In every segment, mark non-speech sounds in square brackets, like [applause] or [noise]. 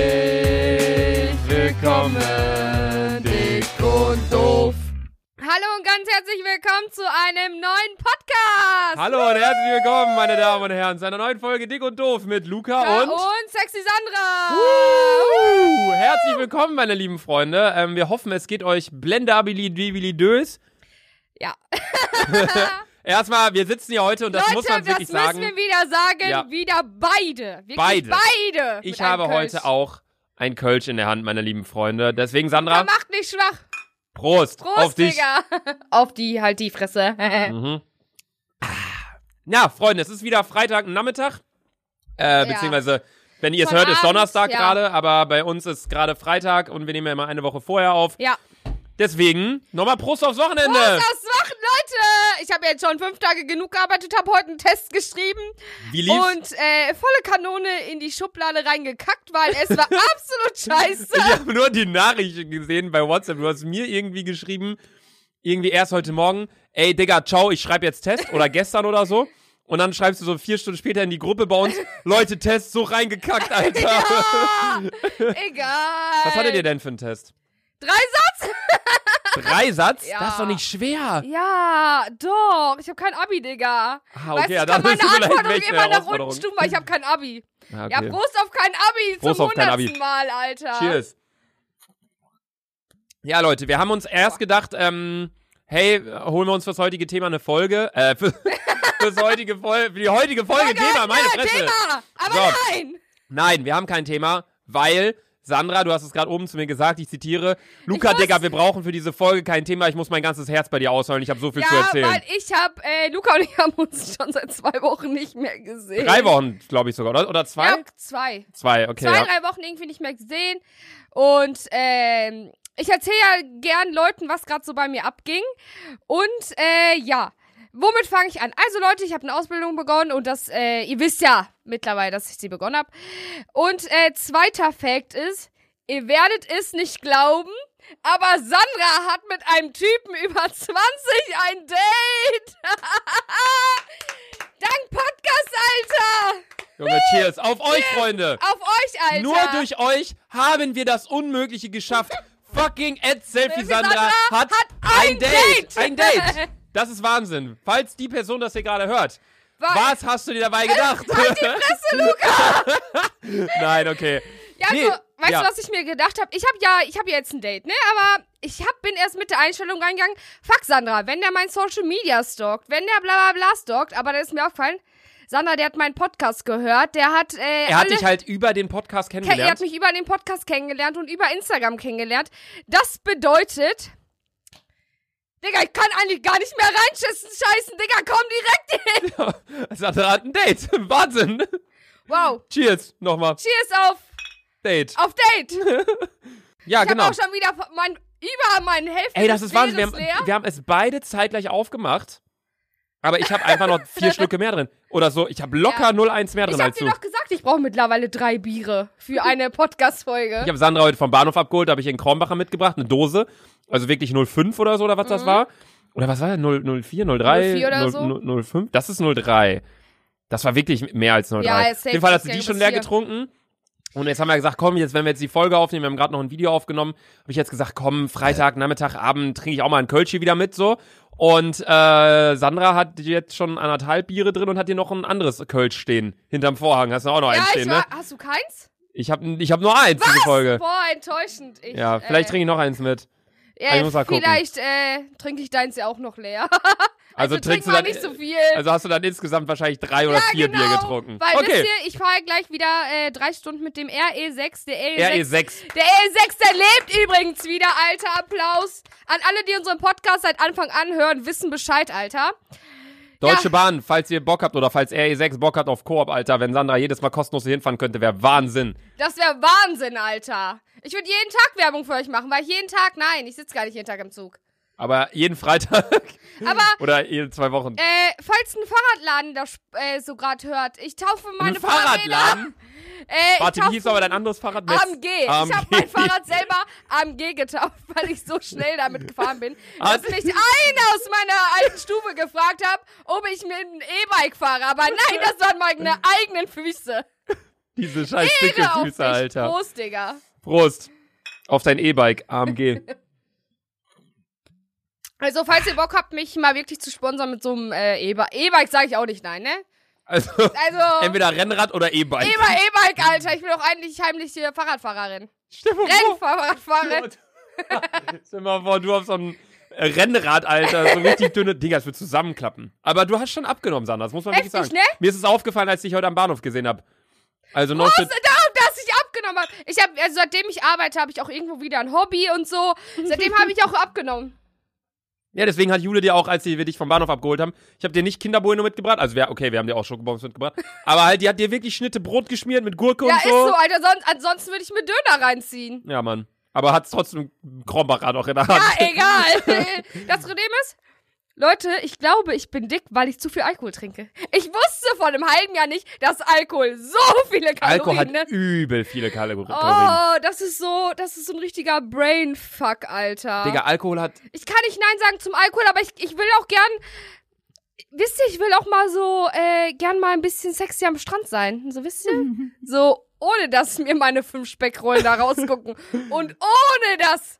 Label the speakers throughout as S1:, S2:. S1: Herzlich willkommen, dick und doof.
S2: Hallo und ganz herzlich willkommen zu einem neuen Podcast.
S1: Hallo und herzlich willkommen, meine Damen und Herren, zu einer neuen Folge Dick und Doof mit Luca
S2: Ja, oh.
S1: und. Uh,
S2: und sexy Sandra.
S1: Wuhu! Herzlich willkommen, meine lieben Freunde. Ähm, wir hoffen, es geht euch blendabilidös.
S2: Ja,
S1: [laughs] Erstmal, wir sitzen hier heute und das
S2: Leute,
S1: muss man
S2: das
S1: wirklich
S2: müssen
S1: sagen.
S2: wir wieder sagen.
S1: Ja.
S2: Wieder beide. Wirklich
S1: Beide.
S2: Beide. mit
S1: Ich
S2: einem
S1: habe
S2: Kölsch.
S1: heute auch ein Kölsch in der Hand, meine lieben Freunde. Deswegen,
S2: Ja,
S1: Sandra,
S2: macht nicht schwach.
S1: Prost,
S2: Prost,
S1: auf dich.
S2: Digga. [laughs] Auf die, halt die Fresse. [laughs]
S1: Mhm. Ah. Na, Freunde, es ist wieder Freitagnachmittag. Äh, beziehungsweise, wenn ihr es
S2: Von
S1: hört, ist
S2: abends,
S1: Donnerstag
S2: ja.
S1: gerade, aber bei uns ist gerade Freitag und wir nehmen ja immer eine Woche vorher auf.
S2: ja.
S1: Deswegen, nochmal Prost aufs Wochenende.
S2: Was das machen, Leute? Ich habe jetzt schon fünf Tage genug gearbeitet, habe heute einen Test geschrieben
S1: Wie lief's?
S2: und äh, volle Kanone in die Schublade reingekackt, weil
S1: [laughs]
S2: es war absolut scheiße.
S1: ich habe nur die Nachricht gesehen bei WhatsApp. Du hast mir irgendwie geschrieben, irgendwie erst heute Morgen, ey Digga, ciao, ich schreibe jetzt Test oder gestern oder so. Und dann schreibst du so vier Stunden später in die Gruppe bei
S2: [laughs]
S1: uns, Leute, Test so reingekackt, Alter.
S2: Egal.
S1: Was hattet ihr denn für einen Test?
S2: Drei Satz?
S1: Drei Satz?
S2: Ja.
S1: Das ist doch nicht schwer.
S2: Ja, doch. Ich habe kein Abi, Digga.
S1: Ah,
S2: weißt du, ich
S1: ja,
S2: kann
S1: dann
S2: meine
S1: bist du vielleicht
S2: Anforderungen
S1: weg der
S2: immer nach unten
S1: Herausforderung.
S2: stufen, weil ich habe kein Abi.
S1: Ah,
S2: Ja,
S1: okay.
S2: Prost auf kein Abi
S1: Prost
S2: zum
S1: auf kein Abi.
S2: hundertsten Mal, Alter.
S1: Cheers. Ja, Leute, wir haben uns erst gedacht, ähm, hey, holen wir uns fürs heutige Thema eine Folge. Äh, [laughs] für, fürs heutige Folge, für die heutige Folge Thema, meine
S2: Ja,
S1: Fresse.
S2: Thema. Aber
S1: So.
S2: nein.
S1: Nein, wir haben kein Thema, weil Sandra, du hast es gerade oben zu mir gesagt, ich zitiere, Luca,
S2: Ich muss-
S1: Digga, wir brauchen für diese Folge kein Thema, ich muss mein ganzes Herz bei dir ausheulen, ich habe so viel zu
S2: Ja,
S1: erzählen.
S2: weil ich habe, äh, Luca und ich haben uns schon seit zwei Wochen nicht mehr gesehen.
S1: Drei Wochen, glaube ich sogar, oder? Oder zwei?
S2: Ja, zwei.
S1: Zwei, okay.
S2: zwei,
S1: ja.
S2: drei Wochen irgendwie nicht mehr gesehen. Und ähm, ich erzähle ja gern Leuten, was gerade so bei mir abging. Und äh, ja, womit fange ich an? Also Leute, ich habe eine Ausbildung begonnen und das, äh, ihr wisst ja mittlerweile, dass ich sie begonnen habe. Und äh, zweiter Fact ist, ihr werdet es nicht glauben, aber Sandra hat mit einem Typen über 20 ein Date. [laughs] Dank Podcast, Alter!
S1: Junge, cheers. Auf euch, Freunde.
S2: Auf euch, Alter!
S1: Nur durch euch haben wir das Unmögliche
S2: [laughs]
S1: geschafft. Fucking Ed Selfie
S2: Sandra
S1: Sandra hat,
S2: hat
S1: ein
S2: ein
S1: Date.
S2: Date.
S1: Ein
S2: [laughs]
S1: Date. Das ist Wahnsinn. Falls die Person das hier gerade hört, was hast du dir dabei gedacht? Halt die Fresse, Luca. [laughs] Nein, okay.
S2: Ja,
S1: Nee,
S2: also, weißt
S1: ja.
S2: du, was ich mir gedacht habe? Ich habe ja, ich habe ja jetzt ein Date, ne? Aber ich hab, bin erst mit der Einstellung reingegangen, fuck Sandra, wenn der mein Social Media stalkt, wenn der bla bla bla stalkt, aber dann ist mir aufgefallen, Sandra, der hat meinen Podcast gehört, der hat, äh,
S1: Er hat
S2: alle,
S1: dich halt über den Podcast
S2: ke- er
S1: kennengelernt.
S2: hat mich über den Podcast kennengelernt und über Instagram kennengelernt. Das bedeutet, Digga, ich kann eigentlich gar nicht mehr reinschissen, scheißen, Digga, komm direkt hier.
S1: Sandra hat ein Date. [laughs] Wahnsinn.
S2: Wow,
S1: Cheers. Nochmal.
S2: cheers auf,
S1: Date.
S2: auf Date. Ich
S1: Ja,
S2: Oh, hab
S1: genau.
S2: auch schon wieder mein, über meinen Hälfte
S1: Ey, das
S2: des
S1: ist Wahnsinn. Wir
S2: Bieres
S1: haben,
S2: leer.
S1: wir haben es beide zeitgleich aufgemacht. Aber ich habe einfach
S2: [laughs]
S1: noch vier Stücke mehr drin. Oder so. Ich habe locker
S2: Ja.
S1: 0,1 mehr drin
S2: Ich hab
S1: als
S2: dir
S1: du.
S2: doch gesagt, ich brauche mittlerweile drei Biere
S1: [laughs]
S2: für eine Podcast-Folge.
S1: Ich habe Sandra heute vom Bahnhof abgeholt, da habe ich ihr einen Kronbacher mitgebracht, eine Dose. Also wirklich 05 oder so, oder was das war. Oder was war das? 0- 04, 03,
S2: 04 Mhm. oder
S1: 0-
S2: so?
S1: 0- 05? Das ist 03. Das war wirklich mehr als 03.
S2: Ja,
S1: Auf
S2: safe,
S1: jeden Fall hast du
S2: safe,
S1: die
S2: bis
S1: schon leer
S2: hier.
S1: getrunken. Und jetzt haben wir gesagt, komm, jetzt, wenn wir jetzt die Folge aufnehmen, wir haben gerade noch ein Video aufgenommen, habe ich jetzt gesagt, komm, Freitag, Nachmittag, Abend trinke ich auch mal ein Kölschi wieder mit, so. Und äh, Sandra hat jetzt schon anderthalb Biere drin und hat hier noch ein anderes Kölsch stehen. Hinterm Vorhang hast du auch noch
S2: ja,
S1: eins
S2: ich
S1: stehen, ne?
S2: war, Hast du keins?
S1: Ich habe ich hab nur eins diese Folge.
S2: Boah, enttäuschend. Ich, äh,
S1: Ja, vielleicht trinke ich noch eins mit.
S2: ich, äh,
S1: ich muss mal gucken.
S2: Vielleicht äh, trinke ich deins ja auch noch leer. [laughs]
S1: Also,
S2: trink
S1: trinkst du
S2: mal
S1: dann
S2: nicht so viel.
S1: Also hast du dann insgesamt wahrscheinlich drei oder
S2: ja,
S1: vier
S2: genau,
S1: Bier getrunken.
S2: Weil
S1: okay.
S2: wisst ihr, ich fahre gleich wieder äh, drei Stunden mit dem RE6. Der RE6,
S1: RE6.
S2: der RE6, der lebt übrigens wieder, Alter. Applaus. An alle, die unseren Podcast seit Anfang an hören, wissen Bescheid, Alter.
S1: Deutsche Bahn, falls ihr Bock habt oder falls RE6 Bock hat auf Koop, Alter, wenn Sandra jedes Mal kostenlos hier hinfahren könnte, wäre Wahnsinn.
S2: Das wäre Wahnsinn, Alter. Ich würde jeden Tag Werbung für euch machen, weil ich jeden Tag, nein, ich sitze gar nicht jeden Tag im Zug.
S1: Aber jeden Freitag
S2: Aber,
S1: [laughs] oder jede zwei Wochen.
S2: äh, falls ein Fahrradladen das äh, so gerade hört, ich taufe meine
S1: Ein Fahrradladen?
S2: Fahrräder. Äh,
S1: Warte,
S2: ich
S1: wie
S2: taufe
S1: hieß aber dein anderes Fahrrad? Mess-
S2: AMG. Ich habe
S1: AMG.
S2: mein Fahrrad selber AMG getauft, weil ich so schnell damit gefahren bin, dass
S1: Hat-
S2: mich einer aus meiner alten Stufe
S1: [laughs]
S2: gefragt hat, ob ich mit einem E-Bike fahre. Aber nein, das waren meine eigenen Füße.
S1: [laughs] Diese scheiß dicke
S2: Digga, auf dich.
S1: Füße, Alter.
S2: Prost, Digga.
S1: Prost. Auf dein E-Bike,
S2: [laughs]
S1: AMG.
S2: Also, falls ihr Bock habt, mich mal wirklich zu sponsern mit so einem äh, E-Bi- E-Bike, sage ich auch nicht nein, ne?
S1: Also,
S2: Also,
S1: entweder Rennrad oder E-Bike.
S2: E-Bi- E-Bike, Alter. Ich bin doch eigentlich heimlich hier Fahrradfahrerin.
S1: Stell dir mal vor,
S2: Rennfahrradfahrerin.
S1: [laughs] Stell dir mal vor, du auf so einem Rennrad, Alter, so richtig dünne Digga, das wird zusammenklappen. Aber du hast schon abgenommen, Sandra, das muss man wirklich
S2: Heftig,
S1: sagen.
S2: ne?
S1: Mir ist es aufgefallen, als ich dich heute am Bahnhof gesehen habe. Also noch shit,
S2: Darum, dass ich abgenommen habe. Ich habe, also seitdem ich arbeite, habe ich auch irgendwo wieder ein Hobby und so. Seitdem habe ich auch abgenommen.
S1: Ja, deswegen hat Jule dir auch, als wir dich vom Bahnhof abgeholt haben, ich habe dir nicht Kinderbueno mitgebracht, also wer, okay, wir haben dir auch Schokobons
S2: [laughs]
S1: mitgebracht, aber halt, die hat dir wirklich Schnitte Brot geschmiert mit Gurke
S2: Ja,
S1: [laughs] und
S2: ist
S1: so.
S2: so, Alter. Sonst, ansonsten würde ich mir Döner reinziehen.
S1: Ja, Mann. Aber hat's trotzdem Krombacher noch in der Hand.
S2: Ah,
S1: [laughs]
S2: egal. Das Problem ist, Leute, ich glaube, ich bin dick, weil ich zu viel Alkohol trinke. Ich wusste vor einem halben Jahr nicht, dass Alkohol so viele
S1: Alkohol
S2: Kalorien,
S1: hat
S2: ne?
S1: übel viele Kalorien.
S2: Oh, das ist so, das ist so ein richtiger Brainfuck, Alter.
S1: Digga, Alkohol hat
S2: Ich kann nicht Nein sagen zum Alkohol, aber ich, ich will auch gern, wisst ihr, ich will auch mal so, äh, gern mal ein bisschen sexy am Strand sein. So, wisst ihr? So, ohne dass mir meine fünf Speckrollen da rausgucken. Und ohne dass,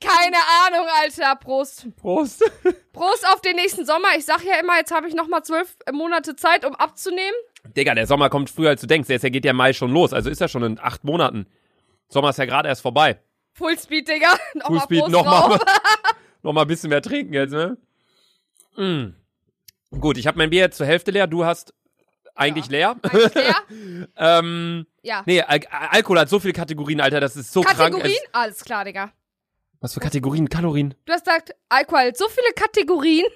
S2: keine Ahnung, Alter, Prost.
S1: Prost.
S2: Prost auf den nächsten Sommer. Ich sag ja immer, jetzt habe ich noch mal zwölf Monate Zeit, um abzunehmen.
S1: Digga, der Sommer kommt früher als du denkst. Der, ist, ja- geht ja im Mai schon los. Also ist ja schon in acht Monaten. Sommer ist ja gerade erst vorbei.
S2: Fullspeed, Digga. [laughs] Nochmal
S1: Fußbeat,
S2: Prost
S1: nochmal
S2: drauf.
S1: [laughs] noch mal ein bisschen mehr trinken jetzt, ne? Mm. Gut, ich habe mein Bier jetzt zur Hälfte leer. Du hast eigentlich leer.
S2: Eigentlich leer?
S1: [laughs] Ähm,
S2: Ja.
S1: nee, Al Al- Alkohol hat so viele Kategorien, Alter. Das ist so krank.
S2: Kategorien?
S1: Es-
S2: Alles klar, Digga.
S1: Was für Kategorien? Kalorien?
S2: Du hast gesagt, Alkohol, hat so viele Kategorien.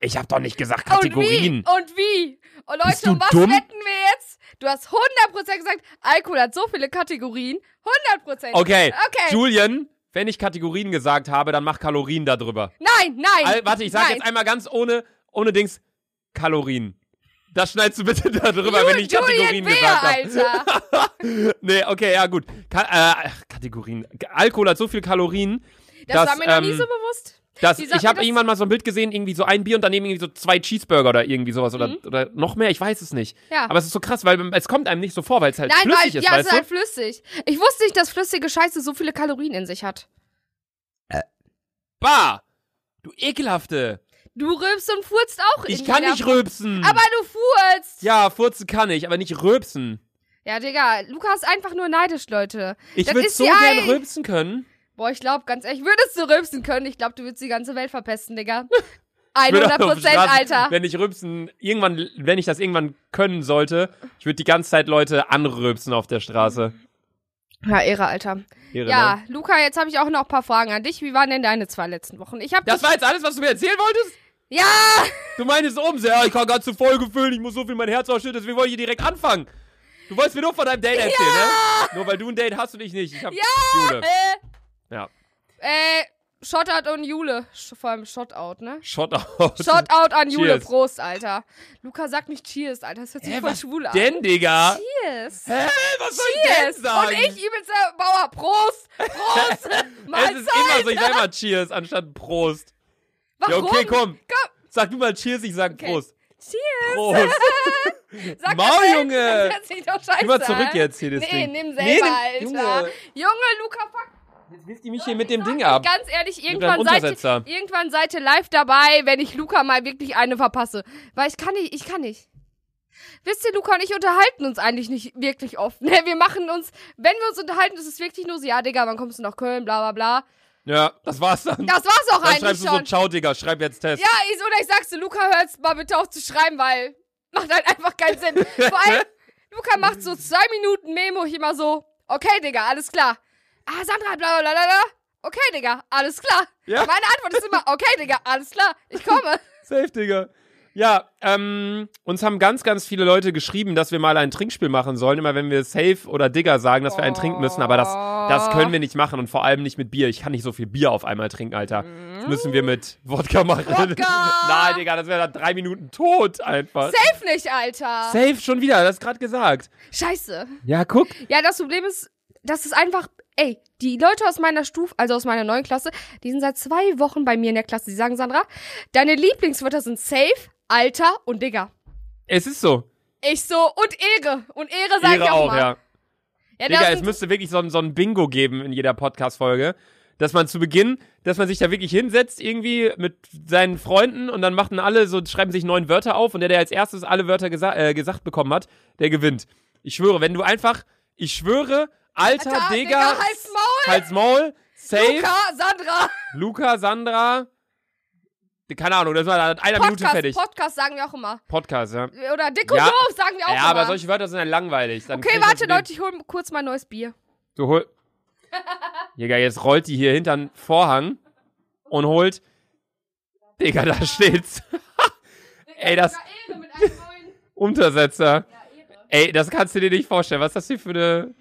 S1: Ich habe doch nicht gesagt Kategorien.
S2: Und wie? Und wie? Und Leute,
S1: Bist du
S2: um was
S1: dumm?
S2: wetten wir jetzt? Du hast 100% gesagt, Alkohol hat so viele Kategorien. 100%.
S1: Okay.
S2: Oh, Okay.
S1: Julian, wenn ich Kategorien gesagt habe, dann mach Kalorien darüber.
S2: nein, nein.
S1: Al warte, ich sag
S2: nein.
S1: jetzt einmal ganz ohne, ohne Dings Kalorien. Das schneidest du bitte [laughs] darüber, wenn ich Kategorien
S2: Julian halt.
S1: gesagt habe.
S2: Wehr,
S1: [laughs]
S2: Alter.
S1: Nee, okay, ja gut. Ka äh, ach, Kategorien. Alkohol hat so viel Kalorien.
S2: Das,
S1: dass,
S2: war mir noch nie
S1: ähm,
S2: so bewusst.
S1: Das,
S2: Die sagt
S1: ich habe
S2: mir das-
S1: irgendwann mal so ein Bild gesehen, irgendwie so ein Bier und daneben irgendwie so zwei Cheeseburger oder irgendwie sowas oder, oder noch mehr, ich weiß es nicht.
S2: Mhm. Ja.
S1: Aber es ist so krass, weil es kommt einem nicht so vor, weil es halt
S2: Nein,
S1: flüssig
S2: weil,
S1: ist,
S2: ja, es
S1: weißt
S2: ist halt
S1: du?
S2: flüssig. Ich wusste nicht, dass flüssige Scheiße so viele Kalorien in sich hat.
S1: Bah! Du ekelhafte!
S2: Du rülpst und furzt auch in
S1: Ich kann
S2: jeder-
S1: nicht rülpsen!
S2: Aber du furzt.
S1: ja, furzen kann ich, aber nicht rülpsen.
S2: Ja, Digga, Lukas ist einfach nur neidisch, Leute.
S1: Ich
S2: Das
S1: würde
S2: ist
S1: so
S2: die
S1: gerne
S2: Ei-
S1: rülpsen können.
S2: Boah, ich glaube, ganz ehrlich, würdest du rülpsen können, ich glaube, du würdest die ganze Welt verpesten, Digga.
S1: [laughs] Ich würd
S2: 100
S1: auf
S2: Prozent,
S1: Straßen,
S2: Alter.
S1: Wenn ich rülpsen, irgendwann, wenn ich das irgendwann können sollte, ich würde die ganze Zeit Leute anrülpsen auf der Straße.
S2: Ja, Ehre, Alter.
S1: Irre, ne?
S2: Ja, Luca, jetzt habe ich auch noch ein paar Fragen an dich. Wie waren denn deine zwei letzten Wochen? Ich habe
S1: Das war jetzt alles, was du mir erzählen wolltest?
S2: Ja,
S1: Du meintest oben so, ja, ich kann ganz zu voll gefüllt, ich muss so viel mein Herz ausschütten, deswegen wollte ich hier direkt anfangen. Du wolltest mir nur von deinem Date erzählen, ne? Nur weil du ein Date hast und ich nicht. Ich hab Jule.
S2: äh,
S1: Ja.
S2: äh, Shotout und Jule. Sch- Vor allem Shotout, ne?
S1: Shot out.
S2: Shoutout an Jule,
S1: Cheers.
S2: Prost, Alter. Luca, sag nicht Cheers, Alter. Das hört sich
S1: Hä,
S2: voll
S1: was
S2: schwul an.
S1: Denn, Digga.
S2: Cheers.
S1: Hä? Was soll ich
S2: Cheers.
S1: denn sagen?
S2: Und ich übelster Bauer.
S1: [laughs]
S2: Prost. Prost.
S1: Es
S2: Mahlzeit.
S1: ist immer so, ich sag mal Cheers anstatt Prost. Ja,
S2: Warum?
S1: okay, komm. Sag du mal Cheers, ich sag
S2: Okay.
S1: Prost.
S2: Cheers.
S1: Prost.
S2: Sag
S1: Maul,
S2: das selbst,
S1: Junge.
S2: Das hört sich doch scheiße
S1: Gib mal zurück
S2: an.
S1: jetzt hier das
S2: Nee,
S1: Ding. Nee,
S2: nimm selber,
S1: nimm-
S2: Alter.
S1: Junge,
S2: Junge, Luca, fuck
S1: jetzt wisst ihr mich hier mit dem Ding ab.
S2: Ganz ehrlich,
S1: Mit
S2: irgendwann
S1: deinem
S2: seid,
S1: Untersetzer.
S2: ihr, irgendwann seid ihr live dabei, wenn ich Luca mal wirklich eine verpasse. Weil ich kann nicht, ich kann nicht. Wisst ihr, Luca und ich unterhalten uns eigentlich nicht wirklich oft. Ne? Wir machen uns, wenn wir uns unterhalten, ist es wirklich nur so, ja, Digga, wann kommst du nach Köln, bla bla bla.
S1: Ja, das war's dann.
S2: Das war's auch
S1: dann
S2: eigentlich
S1: schreibst du so,
S2: halt schon.
S1: ciao, Digga, schreib jetzt Test.
S2: ja, ich, oder ich sag's dir, Luca, hört's mal bitte auf zu schreiben, weil macht halt einfach keinen Sinn. Vor allem, Luca macht so zwei Minuten Memo ich immer so, okay, Digga, alles klar. Ah, Sandra, bla bla bla bla. Okay, Digga, alles klar.
S1: Ja.
S2: Meine Antwort ist immer, okay, Digga, alles klar, ich komme.
S1: Safe, Digga. Ja, ähm, uns haben ganz, ganz viele Leute geschrieben, dass wir mal ein Trinkspiel machen sollen. Immer wenn wir Safe oder Digger sagen, dass wir einen trinken müssen. Aber das, das können wir nicht machen und vor allem nicht mit Bier. Ich kann nicht so viel Bier auf einmal trinken, Alter. Das müssen wir mit Wodka machen.
S2: Wodka!
S1: [laughs] Nein, Digga, das wäre dann drei Minuten tot einfach.
S2: Safe nicht, Alter.
S1: Safe schon wieder, das gerade gesagt.
S2: Scheiße.
S1: Ja, guck.
S2: Ja, das Problem ist, das ist einfach, ey, die Leute aus meiner Stufe, also aus meiner neuen Klasse, die sind seit zwei Wochen bei mir in der Klasse. Die sagen, Sandra, deine Lieblingswörter sind safe, Alter und Digga.
S1: Es ist so.
S2: Ich so, und Ehre. Und Ehre sag ich
S1: Ehre
S2: auch,
S1: auch,
S2: mal.
S1: ja.
S2: Ja,
S1: Digga,
S2: das
S1: es
S2: sind,
S1: müsste wirklich so ein, so ein Bingo geben in jeder Podcast-Folge, dass man zu Beginn, dass man sich da wirklich hinsetzt irgendwie mit seinen Freunden und dann machen alle so, schreiben sich neun Wörter auf und der, der als erstes alle Wörter gesa äh, gesagt bekommen hat, der gewinnt. Ich schwöre, wenn du einfach, ich schwöre, alter,
S2: Alter,
S1: Digga,
S2: Digga, halt's Maul!
S1: halt's Maul, safe, Luca, [laughs]
S2: Luca, Sandra.
S1: Sandra, keine Ahnung, das war dann einer Minute fertig.
S2: Podcast, Podcast sagen wir auch immer.
S1: Podcast, ja.
S2: Oder dick und
S1: Ja.
S2: doof sagen wir auch
S1: Ja,
S2: immer.
S1: aber solche Wörter sind dann langweilig. Dann krieg
S2: okay,
S1: ich das
S2: warte,
S1: Problem.
S2: Leute, ich hole kurz mein neues Bier.
S1: Du hol. Digga, jetzt rollt die hier hinter den Vorhang und holt. Digga, da steht's. [laughs] Ey, das- Untersetzer. Ey, das kannst du dir nicht vorstellen. Was ist das hier für eine.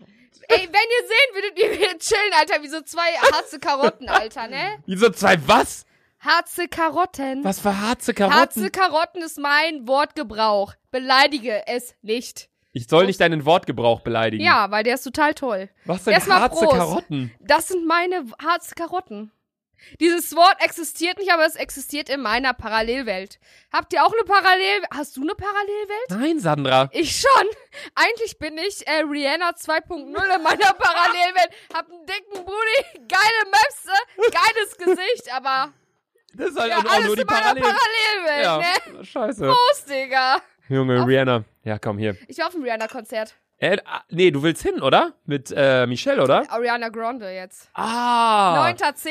S2: Ey, wenn ihr sehen würdet, wie wir chillen, Alter, wie so zwei harze Karotten, Alter, ne?
S1: Wieso zwei was?
S2: Harze Karotten.
S1: Was für harze
S2: Harze
S1: Karotten?
S2: Karotten ist mein Wortgebrauch. Beleidige es nicht.
S1: Ich soll nicht deinen Wortgebrauch beleidigen.
S2: Ja, weil der ist total toll.
S1: Was denn
S2: Erstmal
S1: harze
S2: Prost.
S1: Karotten?
S2: Das sind meine harze Karotten. Dieses Wort existiert nicht, aber es existiert in meiner Parallelwelt. Habt ihr auch eine Parallel? Hast du eine Parallelwelt?
S1: Nein, Sandra.
S2: Ich schon. [laughs] Eigentlich bin ich äh, Rihanna 2.0 in
S1: [laughs]
S2: meiner Parallelwelt. Hab einen dicken Booty, geile Möpse, geiles Gesicht, aber
S1: Das ist halt
S2: ja,
S1: auch nur
S2: alles
S1: die
S2: in meiner
S1: Parallelen.
S2: Parallelwelt, ne?
S1: ja, scheiße.
S2: Prost, Digga.
S1: Junge, Rihanna. Ja, komm hier.
S2: Ich war auf dem Rihanna-Konzert.
S1: Äh, ah, nee, du willst hin, oder? Mit äh, Michelle, oder?
S2: Ariana Grande jetzt.
S1: Ah.
S2: 9.10.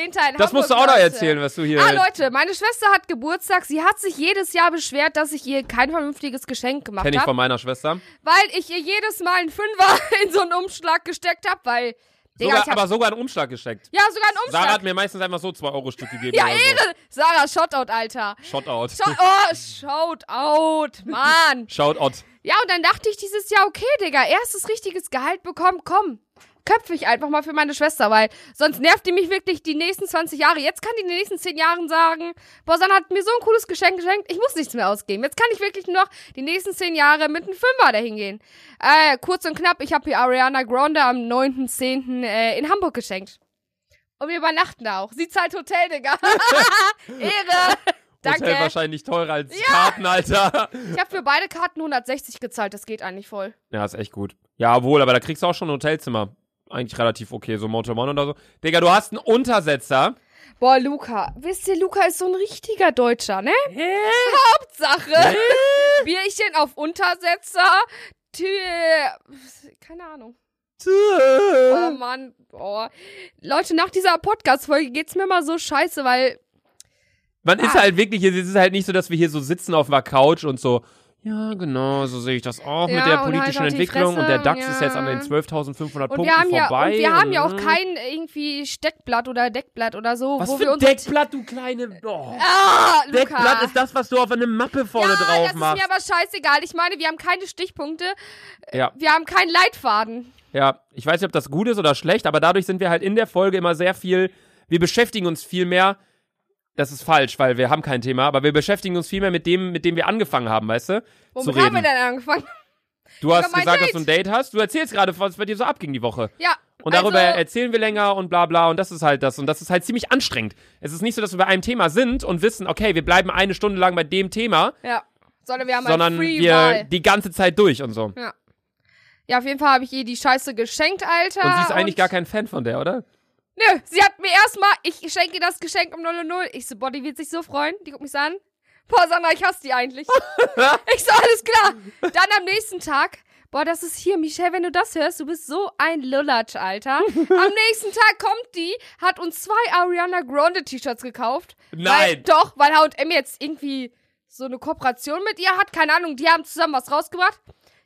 S2: in Hamburg.
S1: Das musst du auch noch
S2: Leute.
S1: erzählen, was du hier.
S2: Ah, Leute, meine Schwester hat Geburtstag. Sie hat sich jedes Jahr beschwert, dass ich ihr kein vernünftiges Geschenk gemacht
S1: Kenn ich
S2: habe,
S1: von meiner Schwester.
S2: weil ich ihr jedes Mal einen Fünfer [laughs] in so einen Umschlag gesteckt habe, weil, Digga,
S1: sogar,
S2: ich hab,
S1: aber sogar einen Umschlag gesteckt.
S2: ja, sogar einen Umschlag.
S1: Sarah hat mir meistens einfach so 2 Euro Stück gegeben.
S2: Ja,
S1: oder
S2: Ehre! Sarah, Shoutout, Alter.
S1: So. Shoutout.
S2: Shou- oh, Shoutout,
S1: [laughs]
S2: Mann.
S1: Shoutout.
S2: Ja, und dann dachte ich dieses Jahr, okay, Digga, erstes richtiges Gehalt bekommen, komm. Köpfe ich einfach mal für meine Schwester, weil sonst nervt die mich wirklich die nächsten 20 Jahre. Jetzt kann die in den nächsten 10 Jahren sagen, boah, Sanna hat mir so ein cooles Geschenk geschenkt, ich muss nichts mehr ausgeben. Jetzt kann ich wirklich nur noch die nächsten 10 Jahre mit einem Fünfer dahin gehen. Äh, kurz und knapp, ich habe hier Ariana Grande am 9.10. Äh, in Hamburg geschenkt. Und wir übernachten da auch. Sie zahlt Hotel, Digga. [laughs] Ehre. Danke.
S1: Hotel wahrscheinlich teurer als Karten, Alter.
S2: Ich habe für beide Karten 160 gezahlt, das geht eigentlich voll.
S1: Ja, ist echt gut. Ja, wohl, aber da kriegst du auch schon ein Hotelzimmer. Eigentlich relativ okay, so Motormann oder so. Digga, du hast einen Untersetzer.
S2: Boah, Luca. Wisst ihr, Luca ist so ein richtiger Deutscher, ne? Hauptsache.
S1: [laughs]
S2: Bierchen auf Untersetzer. Tü keine Ahnung. Oh Mann. Oh. Leute, nach dieser Podcast-Folge geht's mir mal so scheiße, weil.
S1: Man ist
S2: Ah.
S1: halt wirklich, es ist halt nicht so, dass wir hier so sitzen auf einer Couch und so, ja, genau, so sehe ich das auch mit
S2: Ja,
S1: der
S2: und halt
S1: politischen
S2: auch die
S1: Entwicklung und der
S2: Fresse,
S1: DAX ist jetzt an den
S2: ja.
S1: 12.500
S2: Und
S1: Punkten
S2: wir, haben ja,
S1: vorbei.
S2: und wir haben ja auch
S1: und-
S2: kein irgendwie Steckblatt oder Deckblatt oder so,
S1: Was
S2: wo
S1: für
S2: wir
S1: ein
S2: uns.
S1: Deckblatt, du kleine. Oh.
S2: Ah, Luca.
S1: Deckblatt ist das, was du auf eine Mappe vorne
S2: ja,
S1: drauf
S2: das ist
S1: machst.
S2: mir aber scheißegal. Ich meine, wir haben keine Stichpunkte,
S1: Ja,
S2: wir haben keinen Leitfaden.
S1: ja. Ich weiß nicht, ob das gut ist oder schlecht, aber dadurch sind wir halt in der Folge immer sehr viel. Wir beschäftigen uns viel mehr. Das ist falsch, weil wir haben kein Thema, aber wir beschäftigen uns viel mehr mit dem, mit dem wir angefangen haben, weißt du?
S2: Womit
S1: zu reden.
S2: haben wir denn angefangen? [laughs]
S1: du hast
S2: über mein
S1: gesagt, dass
S2: Date?
S1: du ein Date hast. Du erzählst gerade, was bei dir so abging die Woche.
S2: Ja.
S1: Und darüber
S2: also,
S1: erzählen wir länger und bla bla und das ist halt das. Und das ist halt ziemlich anstrengend. Es ist nicht so, dass wir bei einem Thema sind und wissen, okay, wir bleiben eine Stunde lang bei dem Thema,
S2: ja. Sondern wir haben ein
S1: sondern
S2: Free
S1: wir
S2: Wahl.
S1: die ganze Zeit durch und so.
S2: Ja, auf jeden Fall habe ich ihr die Scheiße geschenkt, Alter.
S1: Und sie ist eigentlich gar kein Fan von der, oder?
S2: Nö, sie hat mir erstmal, ich schenke ihr das Geschenk um 0 0. Ich so, boah, die wird sich so freuen. Die guckt mich so an. Boah, Sandra, ich hasse die eigentlich. ich so, alles klar. Dann am nächsten Tag. Boah, das ist hier, Michelle, wenn du das hörst, du bist so ein Lullatsch, Alter. Am nächsten Tag kommt die, hat uns zwei Ariana Grande T-Shirts gekauft. Weil,
S1: Nein.
S2: doch, weil H&M jetzt irgendwie so eine Kooperation mit ihr hat. Keine Ahnung, die haben zusammen was rausgebracht.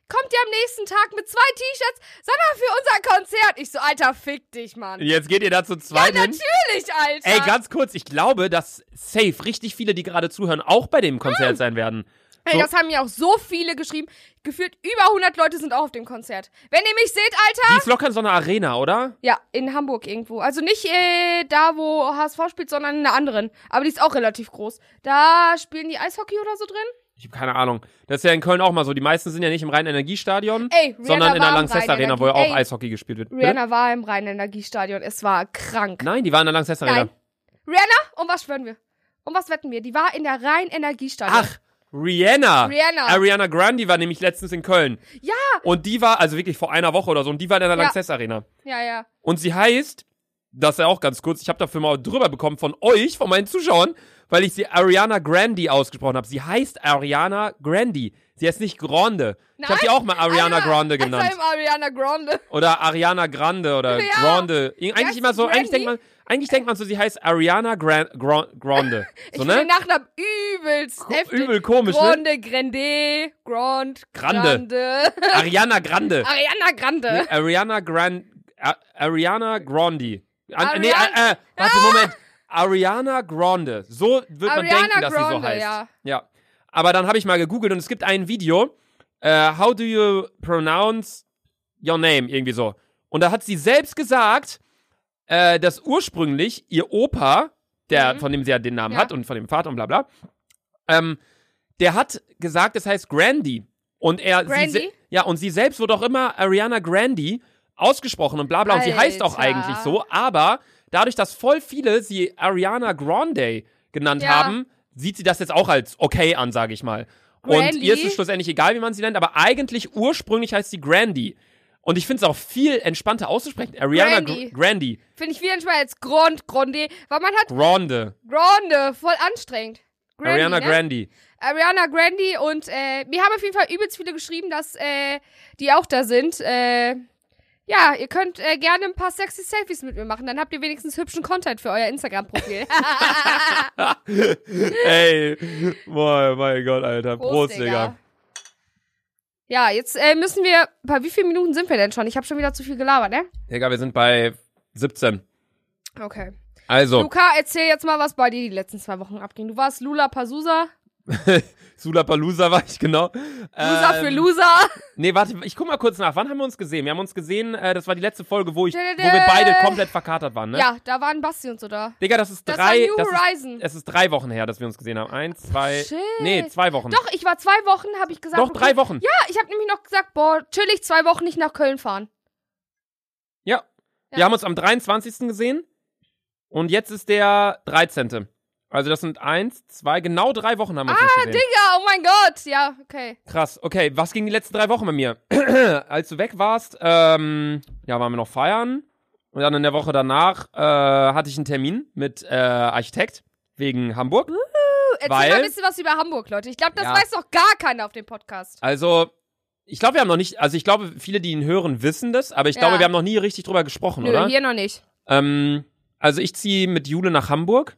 S2: Kommt die am nächsten Tag mit zwei T-Shirts, Sandra, für unser Konzert. Ich so, Alter, fick dich, Mann.
S1: Jetzt geht ihr dazu
S2: Ja,
S1: zweit hin.
S2: natürlich, Alter.
S1: Ey, ganz kurz, ich glaube, dass safe richtig viele, die gerade zuhören, auch bei dem Konzert sein werden.
S2: Ey, das haben mir auch so viele geschrieben. Gefühlt über 100 Leute sind auch auf dem Konzert. Wenn ihr mich seht, Alter.
S1: Die ist locker in so einer Arena, oder?
S2: Ja, in Hamburg irgendwo. Also nicht äh, da, wo HSV spielt, sondern in einer anderen. Aber die ist auch relativ groß. Da spielen die Eishockey oder so drin.
S1: Ich habe keine Ahnung. Das ist ja in Köln auch mal so. Die meisten sind ja nicht im Rhein-Energiestadion,
S2: Ey, Rihanna
S1: sondern in
S2: war
S1: der
S2: am
S1: Lanxess-Arena,
S2: Rhein-Energie-
S1: wo ja auch
S2: Ey,
S1: Eishockey gespielt wird. Bitte?
S2: Rihanna war im Rhein-Energiestadion. Es war krank.
S1: Nein, die war in der Lanxess-Arena.
S2: Nein. Rihanna, um was schwören wir? Um was wetten wir? Die war in der Rhein-Energiestadion.
S1: Ach, Rihanna.
S2: Rihanna.
S1: Ariana Grande war nämlich letztens in Köln.
S2: Ja.
S1: Und die war, also wirklich vor einer Woche oder so, und die war in der
S2: Ja.
S1: Lanxess Arena.
S2: Ja, ja.
S1: Und sie heißt, das ist ja auch ganz kurz, ich habe dafür mal drüber bekommen von euch, von meinen Zuschauern, weil ich sie Ariana Grande ausgesprochen habe. Sie heißt Ariana Grande. Sie heißt nicht Grande. ich habe
S2: Nein,
S1: sie auch mal Ariana Grande
S2: Also
S1: genannt.
S2: eben Ariana Grande.
S1: Oder Ariana Grande oder
S2: Ja.
S1: Grande. Ir-
S2: Ja,
S1: Eigentlich
S2: ist
S1: immer so,
S2: Grande?
S1: eigentlich denkt man, eigentlich denkt man so, sie heißt Ariana Gran Gran Grande.
S2: [laughs] Ich
S1: So,
S2: finde den
S1: ne?
S2: Nachnamen übelst
S1: Ko-
S2: heftig.
S1: Übel komisch, ne?
S2: Grande, Grande, Grand,
S1: Grande. [laughs] Ariana Grande.
S2: Ariana [laughs] Grande.
S1: Ariana Grande. Ariana Grande. An,
S2: Arian- Ah!
S1: nee, äh, äh, warte, Moment. Ariana Grande. So wird man
S2: Ariana
S1: denken, dass sie so
S2: Grande,
S1: heißt.
S2: ja.
S1: ja. Aber dann habe ich mal gegoogelt und es gibt ein Video. Äh, how do you pronounce your name? Irgendwie so. Und da hat sie selbst gesagt, äh, dass ursprünglich ihr Opa, der,
S2: Mhm.
S1: von dem sie ja den Namen
S2: Ja.
S1: hat und von dem Vater und bla bla, ähm, der hat gesagt, es heißt Grandy. Und er,
S2: Grandy?
S1: Sie, se- ja, und sie selbst wurde auch immer Ariana Grandy ausgesprochen und bla bla. Und sie heißt auch
S2: Alter.
S1: eigentlich so, aber dadurch, dass voll viele sie Ariana Grande genannt
S2: Ja.
S1: haben, sieht sie das jetzt auch als okay an, sage ich mal. Und
S2: Grandy?
S1: ihr ist es schlussendlich egal, wie man sie nennt, aber eigentlich ursprünglich heißt sie Grandy. Und ich finde es auch viel entspannter auszusprechen. Ariana
S2: Grandy.
S1: Gr Grandy.
S2: Finde ich viel entspannter als Grand, Grande. Weil man hat
S1: Grande.
S2: Grande, voll anstrengend. Grande,
S1: Ariana
S2: ne?
S1: Grandy.
S2: Ariana Grande und äh, mir haben auf jeden Fall übelst viele geschrieben, dass äh, die auch da sind. Äh, ja, ihr könnt äh, gerne ein paar sexy Selfies mit mir machen. Dann habt ihr wenigstens hübschen Content für
S1: [laughs]
S2: euer Instagram-Profil.
S1: Ey. Boah, mein Gott, Alter. Prost, Digga.
S2: Ja, jetzt äh, müssen wir. Bei wie vielen Minuten sind wir denn schon? Ich habe schon wieder zu viel gelabert, ne?
S1: Digga, wir sind bei 17.
S2: Okay.
S1: Also,
S2: Luca, erzähl jetzt mal, was bei dir die letzten zwei Wochen abging. Du warst Lula Pazusa.
S1: Sulapalooza war ich genau.
S2: Loser
S1: Ähm,
S2: für Loser.
S1: Nee, warte, ich guck mal kurz nach. Wann haben wir uns gesehen? Wir haben uns gesehen, äh, das war die letzte Folge, wo, ich, wo
S2: Dä, dä, dä.
S1: wir beide komplett verkatert waren, ne?
S2: Ja, da waren Basti und so da.
S1: Digga, das ist
S2: Das
S1: drei.
S2: war New
S1: das ist,
S2: Horizon.
S1: es ist drei Wochen her, dass wir uns gesehen haben. Eins, zwei.
S2: Shit.
S1: Nee, zwei Wochen.
S2: Doch, ich war zwei Wochen, habe ich gesagt.
S1: Doch,
S2: okay.
S1: drei Wochen.
S2: Ja, ich habe nämlich noch gesagt, boah, chillig, zwei Wochen nicht nach Köln fahren.
S1: Ja.
S2: Ja.
S1: Wir haben uns am 23. gesehen und jetzt ist der 13. Also das sind eins, zwei, genau drei Wochen haben wir uns nicht gesehen.
S2: Ja, oh mein Gott. Ja, okay.
S1: Krass. Okay, was ging die letzten drei Wochen bei mir? [clears throat] Als du weg warst, ähm, ja, waren wir noch feiern. Und dann in der Woche danach äh, hatte ich einen Termin mit äh, Architekt wegen Hamburg.
S2: Hm? Du, Erzähl
S1: Weil-
S2: mal ein bisschen was über Hamburg, Leute. Ich glaube, das
S1: Ja.
S2: weiß doch gar keiner auf dem Podcast.
S1: Also, ich glaube, wir haben noch nicht, also ich glaube, viele, die ihn hören, wissen das, aber ich
S2: Ja.
S1: glaube, wir haben noch nie richtig drüber gesprochen,
S2: Nö,
S1: oder?
S2: hier noch nicht.
S1: Ähm, also ich ziehe mit Jule nach Hamburg.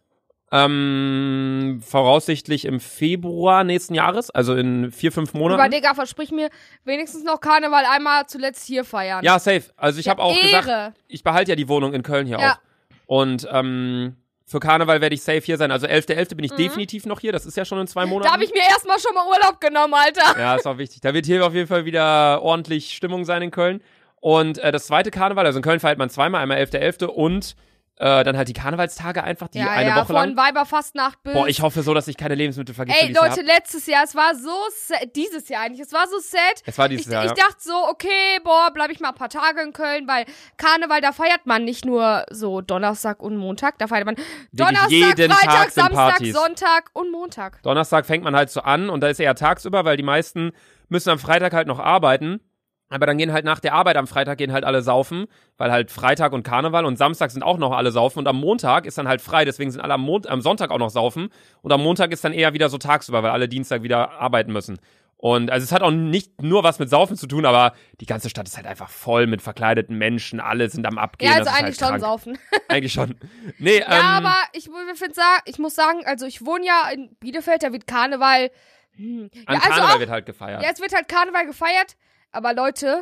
S1: Ähm, voraussichtlich im Februar nächsten Jahres, also in vier, fünf
S2: Aber
S1: Monaten.
S2: Digga, versprich mir wenigstens noch Karneval einmal zuletzt hier feiern.
S1: Ja, safe. Also ich
S2: Ja,
S1: habe auch
S2: Ehre.
S1: gesagt, ich behalte ja die Wohnung in Köln hier
S2: Ja.
S1: auch. Und ähm, für Karneval werde ich safe hier sein. Also 11.11. bin ich definitiv noch hier. Das ist ja schon in zwei Monaten.
S2: Mhm. Da habe ich mir erstmal schon mal Urlaub genommen, Alter.
S1: ja, ist auch wichtig. Da wird hier auf jeden Fall wieder ordentlich Stimmung sein in Köln. Und äh, das zweite Karneval, also in Köln feiert man zweimal, einmal 11.11. und äh, dann halt die Karnevalstage einfach, die
S2: ja,
S1: eine
S2: ja,
S1: Woche
S2: von
S1: lang.
S2: Weiberfastnacht bis.
S1: Boah, ich hoffe so, dass ich keine Lebensmittel vergesse.
S2: Ey,
S1: dieses Jahr.
S2: Leute, letztes Jahr, es war so sad, dieses Jahr eigentlich, es war so sad.
S1: Es war dieses
S2: ich,
S1: Jahr,
S2: ich
S1: ja.
S2: dachte so, okay, boah, bleib ich mal ein paar Tage in Köln, weil Karneval, da feiert man nicht nur so Donnerstag und Montag, da feiert man Donnerstag,
S1: jeden Tag
S2: Freitag,
S1: sind
S2: Samstag,
S1: Partys.
S2: Sonntag und Montag.
S1: Donnerstag fängt man halt so an und da ist eher tagsüber, weil die meisten müssen am Freitag halt noch arbeiten. Aber dann gehen halt nach der Arbeit am Freitag gehen halt alle saufen, weil halt Freitag und Karneval und Samstag sind auch noch alle saufen und am Montag ist dann halt frei, deswegen sind alle am, Mon am Sonntag auch noch saufen und am Montag ist dann eher wieder so tagsüber, weil alle Dienstag wieder arbeiten müssen. Und also es hat auch nicht nur was mit Saufen zu tun, aber die ganze Stadt ist halt einfach voll mit verkleideten Menschen, alle sind am Abgehen.
S2: Ja, also
S1: das ist
S2: eigentlich
S1: halt
S2: schon
S1: krank.
S2: saufen.
S1: Eigentlich schon. Nee, [laughs] ähm,
S2: ja, aber ich, mu- ich find, sa- ich muss sagen, also ich wohne ja in Bielefeld, da wird Karneval. Hm. Ja,
S1: an
S2: also
S1: Karneval
S2: auch,
S1: wird halt gefeiert.
S2: ja, es wird halt Karneval gefeiert, aber Leute,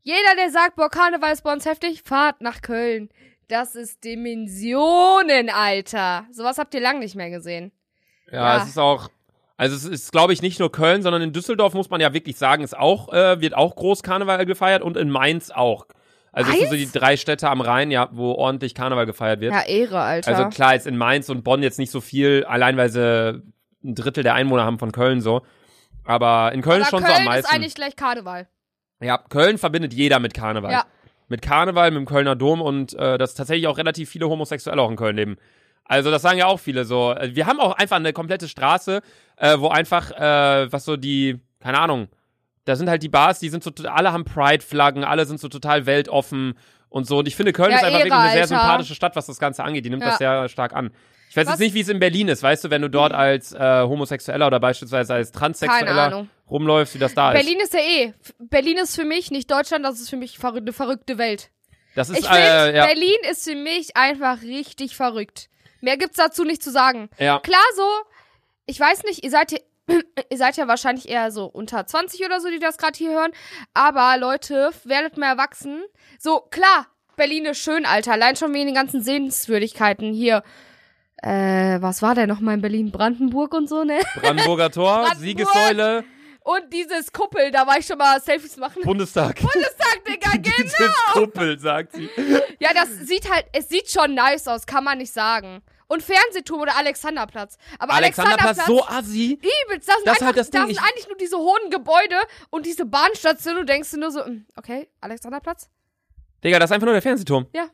S2: jeder, der sagt, boah, Karneval ist bei uns heftig, fahrt nach Köln. Das ist Dimensionen, Alter. Sowas habt ihr lang nicht mehr gesehen.
S1: Ja,
S2: Ja.
S1: es ist auch. Also es ist, glaube ich, nicht nur Köln, sondern in Düsseldorf muss man ja wirklich sagen, ist auch, äh, wird auch groß Karneval gefeiert und in Mainz auch. Also es sind so die drei Städte am Rhein, ja, wo ordentlich Karneval gefeiert wird.
S2: Ja, Ehre, Alter.
S1: also klar, ist in Mainz und Bonn jetzt nicht so viel, allein weil sie ein Drittel der Einwohner haben von Köln so. Aber in Köln
S2: aber
S1: ist schon
S2: Köln
S1: so am
S2: ist
S1: meisten.
S2: eigentlich gleich Karneval.
S1: Ja, Köln verbindet jeder mit Karneval.
S2: Ja.
S1: Mit Karneval, mit dem Kölner Dom und äh, dass tatsächlich auch relativ viele Homosexuelle auch in Köln leben. Also das sagen ja auch viele so. Äh, Wir haben auch einfach eine komplette Straße, äh, wo einfach, äh, was so die, keine Ahnung, da sind halt die Bars, die sind so, to- alle haben Pride-Flaggen, alle sind so total weltoffen und so. Und ich finde, Köln
S2: Ja,
S1: ist einfach
S2: Ehre,
S1: wirklich eine sehr
S2: Alter.
S1: sympathische Stadt, was das Ganze angeht. Die nimmt
S2: Ja.
S1: das sehr stark an. Ich weiß
S2: Was- Mhm.
S1: jetzt nicht, wie es in Berlin ist, weißt du, wenn du dort als äh, Homosexueller oder beispielsweise als
S2: Keine
S1: Transsexueller
S2: Ahnung.
S1: rumläufst, wie das da Ah, ist.
S2: Berlin ist ja eh. F- Berlin ist für mich nicht Deutschland, das ist für mich verrü- eine verrückte Welt.
S1: Das ist
S2: Ich
S1: äh,
S2: finde,
S1: ja,
S2: Berlin ist für mich einfach richtig verrückt. Mehr gibt's dazu nicht zu sagen.
S1: ja.
S2: Klar, so, ich weiß nicht, ihr seid, ja- [clears throat] ihr seid ja wahrscheinlich eher so unter 20 oder so, die das gerade hier hören. Aber Leute, werdet mal erwachsen. So, klar, Berlin ist schön, Alter. Allein schon wegen den ganzen Sehenswürdigkeiten hier. Äh, was war denn nochmal in Berlin? Brandenburg und so, ne? [laughs]
S1: Brandenburger Tor,
S2: Brandenburg.
S1: Siegessäule,
S2: Und dieses Kuppel, da war ich schon mal Selfies machen. [laughs]
S1: Bundestag.
S2: Bundestag, Digga, gehen.
S1: Dieses Kuppel, sagt sie.
S2: Ja, das sieht halt, es sieht schon nice aus, kann man nicht sagen. Und Fernsehturm oder Alexanderplatz. Aber Alexanderplatz,
S1: Alexanderplatz, so assi.
S2: übelst. Das, sind
S1: Das ist
S2: einfach,
S1: halt das
S2: da
S1: Ding,
S2: sind
S1: ich-
S2: eigentlich nur diese hohen Gebäude und diese Bahnstation und denkst du nur so, mm, okay, Alexanderplatz?
S1: Digga, das ist einfach nur der Fernsehturm.
S2: Ja.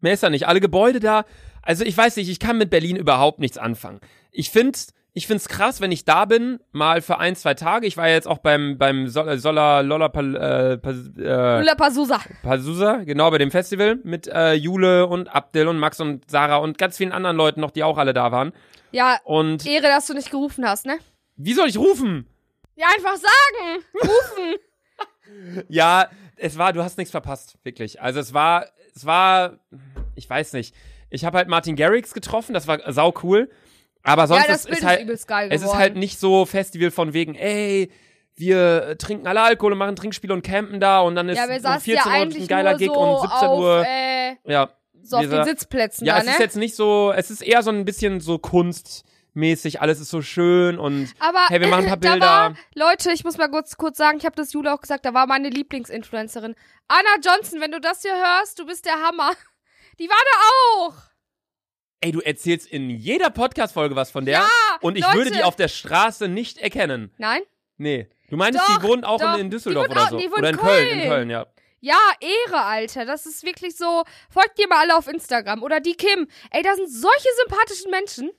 S1: Mehr ist da nicht. Alle Gebäude da. Also ich weiß nicht, ich kann mit Berlin überhaupt nichts anfangen. Ich find's, ich find's krass, wenn ich da bin, mal für ein, zwei Tage. Ich war ja jetzt auch beim, beim Sol- äh, Sola, Lolla, Pal, äh, Pas, äh,
S2: Lula Pasusa.
S1: Pazusa, genau, bei dem Festival mit äh, Jule und Abdel und Max und Sarah und ganz vielen anderen Leuten noch, die auch alle da waren.
S2: Ja,
S1: Und
S2: Ehre, dass du nicht gerufen hast, ne?
S1: wie soll ich rufen?
S2: Ja, einfach sagen.
S1: Ja, es war, du hast nichts verpasst, wirklich. Also es war, es war, ich weiß nicht. Ich habe halt Martin Garrix getroffen, das war sau cool. Aber sonst
S2: ja,
S1: ist,
S2: das Bild
S1: ist
S2: ist,
S1: halt,
S2: übelst geil
S1: es
S2: geworden.
S1: ist halt nicht so Festival von wegen, ey, wir äh, trinken alle Alkohol und machen Trinkspiele und campen da und dann ist
S2: ja, wir
S1: um
S2: saßen
S1: 14
S2: ja
S1: Uhr
S2: eigentlich
S1: ein geiler
S2: nur
S1: Gig
S2: so
S1: und 17
S2: auf,
S1: Uhr.
S2: äh,
S1: ja,
S2: so auf
S1: wir
S2: den
S1: sa-
S2: Sitzplätzen
S1: ja,
S2: da,
S1: es
S2: ne?
S1: ist jetzt nicht so, es ist eher so ein bisschen so kunstmäßig, alles ist so schön und
S2: Aber
S1: Hey, wir machen
S2: [laughs]
S1: ein paar
S2: da war,
S1: Bilder.
S2: Leute, ich muss mal kurz, kurz sagen, ich habe das Jule auch gesagt, da war meine Lieblingsinfluencerin. Anna Johnson, wenn du das hier hörst, du bist der Hammer. [laughs] Die war da auch.
S1: ey, du erzählst in jeder Podcast-Folge was von der und ich würde
S2: Leute.
S1: die auf der Straße nicht erkennen.
S2: Nein?
S1: Nee. Du meinst,
S2: Doch,
S1: die wohnen auch
S2: doch.
S1: in, in
S2: Die
S1: Düsseldorf
S2: wohnen
S1: oder
S2: auch-
S1: so?
S2: die wohnen
S1: oder in
S2: in
S1: Köln. in
S2: Köln.
S1: Köln, ja.
S2: Ja, Ehre, Alter. Das ist wirklich so. Folgt ihr mal alle auf Instagram. Oder die Kim. Ey, da sind solche sympathischen Menschen.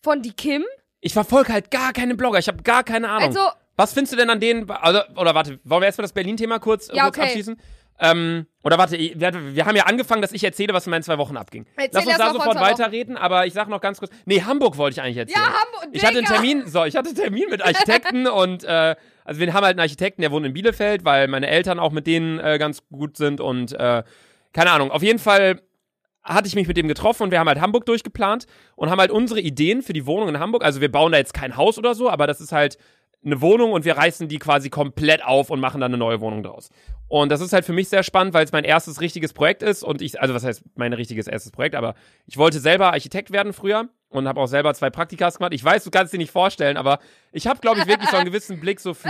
S2: Von die Kim.
S1: Ich verfolge halt gar keine Blogger, ich habe gar keine Ahnung.
S2: Also,
S1: Was findest du denn an denen? Also, oder warte, wollen wir erstmal das Berlin-Thema kurz,
S2: Ja,
S1: kurz
S2: okay.
S1: abschließen? Ähm, oder warte, ich- wir, wir haben ja angefangen, dass ich erzähle, was in meinen zwei Wochen abging.
S2: Erzähl
S1: Lass uns
S2: erst
S1: da
S2: mal von
S1: sofort
S2: zwei Wochen.
S1: weiterreden, aber ich sag noch ganz kurz. Nee, Hamburg wollte ich eigentlich
S2: ja,
S1: erzählen.
S2: Hamburg.
S1: Ich hatte einen
S2: Digga.
S1: Termin, so, ich hatte einen Termin mit
S2: [laughs]
S1: Architekten und äh, also wir haben halt einen Architekten, der wohnt in Bielefeld, weil meine Eltern auch mit denen äh, ganz gut sind und äh, keine Ahnung. Auf jeden Fall hatte ich mich mit dem getroffen und wir haben halt Hamburg durchgeplant und haben halt unsere Ideen für die Wohnung in Hamburg. Also wir bauen da jetzt kein Haus oder so, aber das ist halt eine Wohnung und wir reißen die quasi komplett auf und machen dann eine neue Wohnung draus. Und das ist halt für mich sehr spannend, weil es mein erstes richtiges Projekt ist und ich, also was heißt mein richtiges erstes Projekt, aber ich wollte selber Architekt werden früher und habe auch selber zwei Praktikas gemacht. Ich weiß, du kannst dir nicht vorstellen, aber ich habe, glaube ich, wirklich so einen gewissen Blick so für,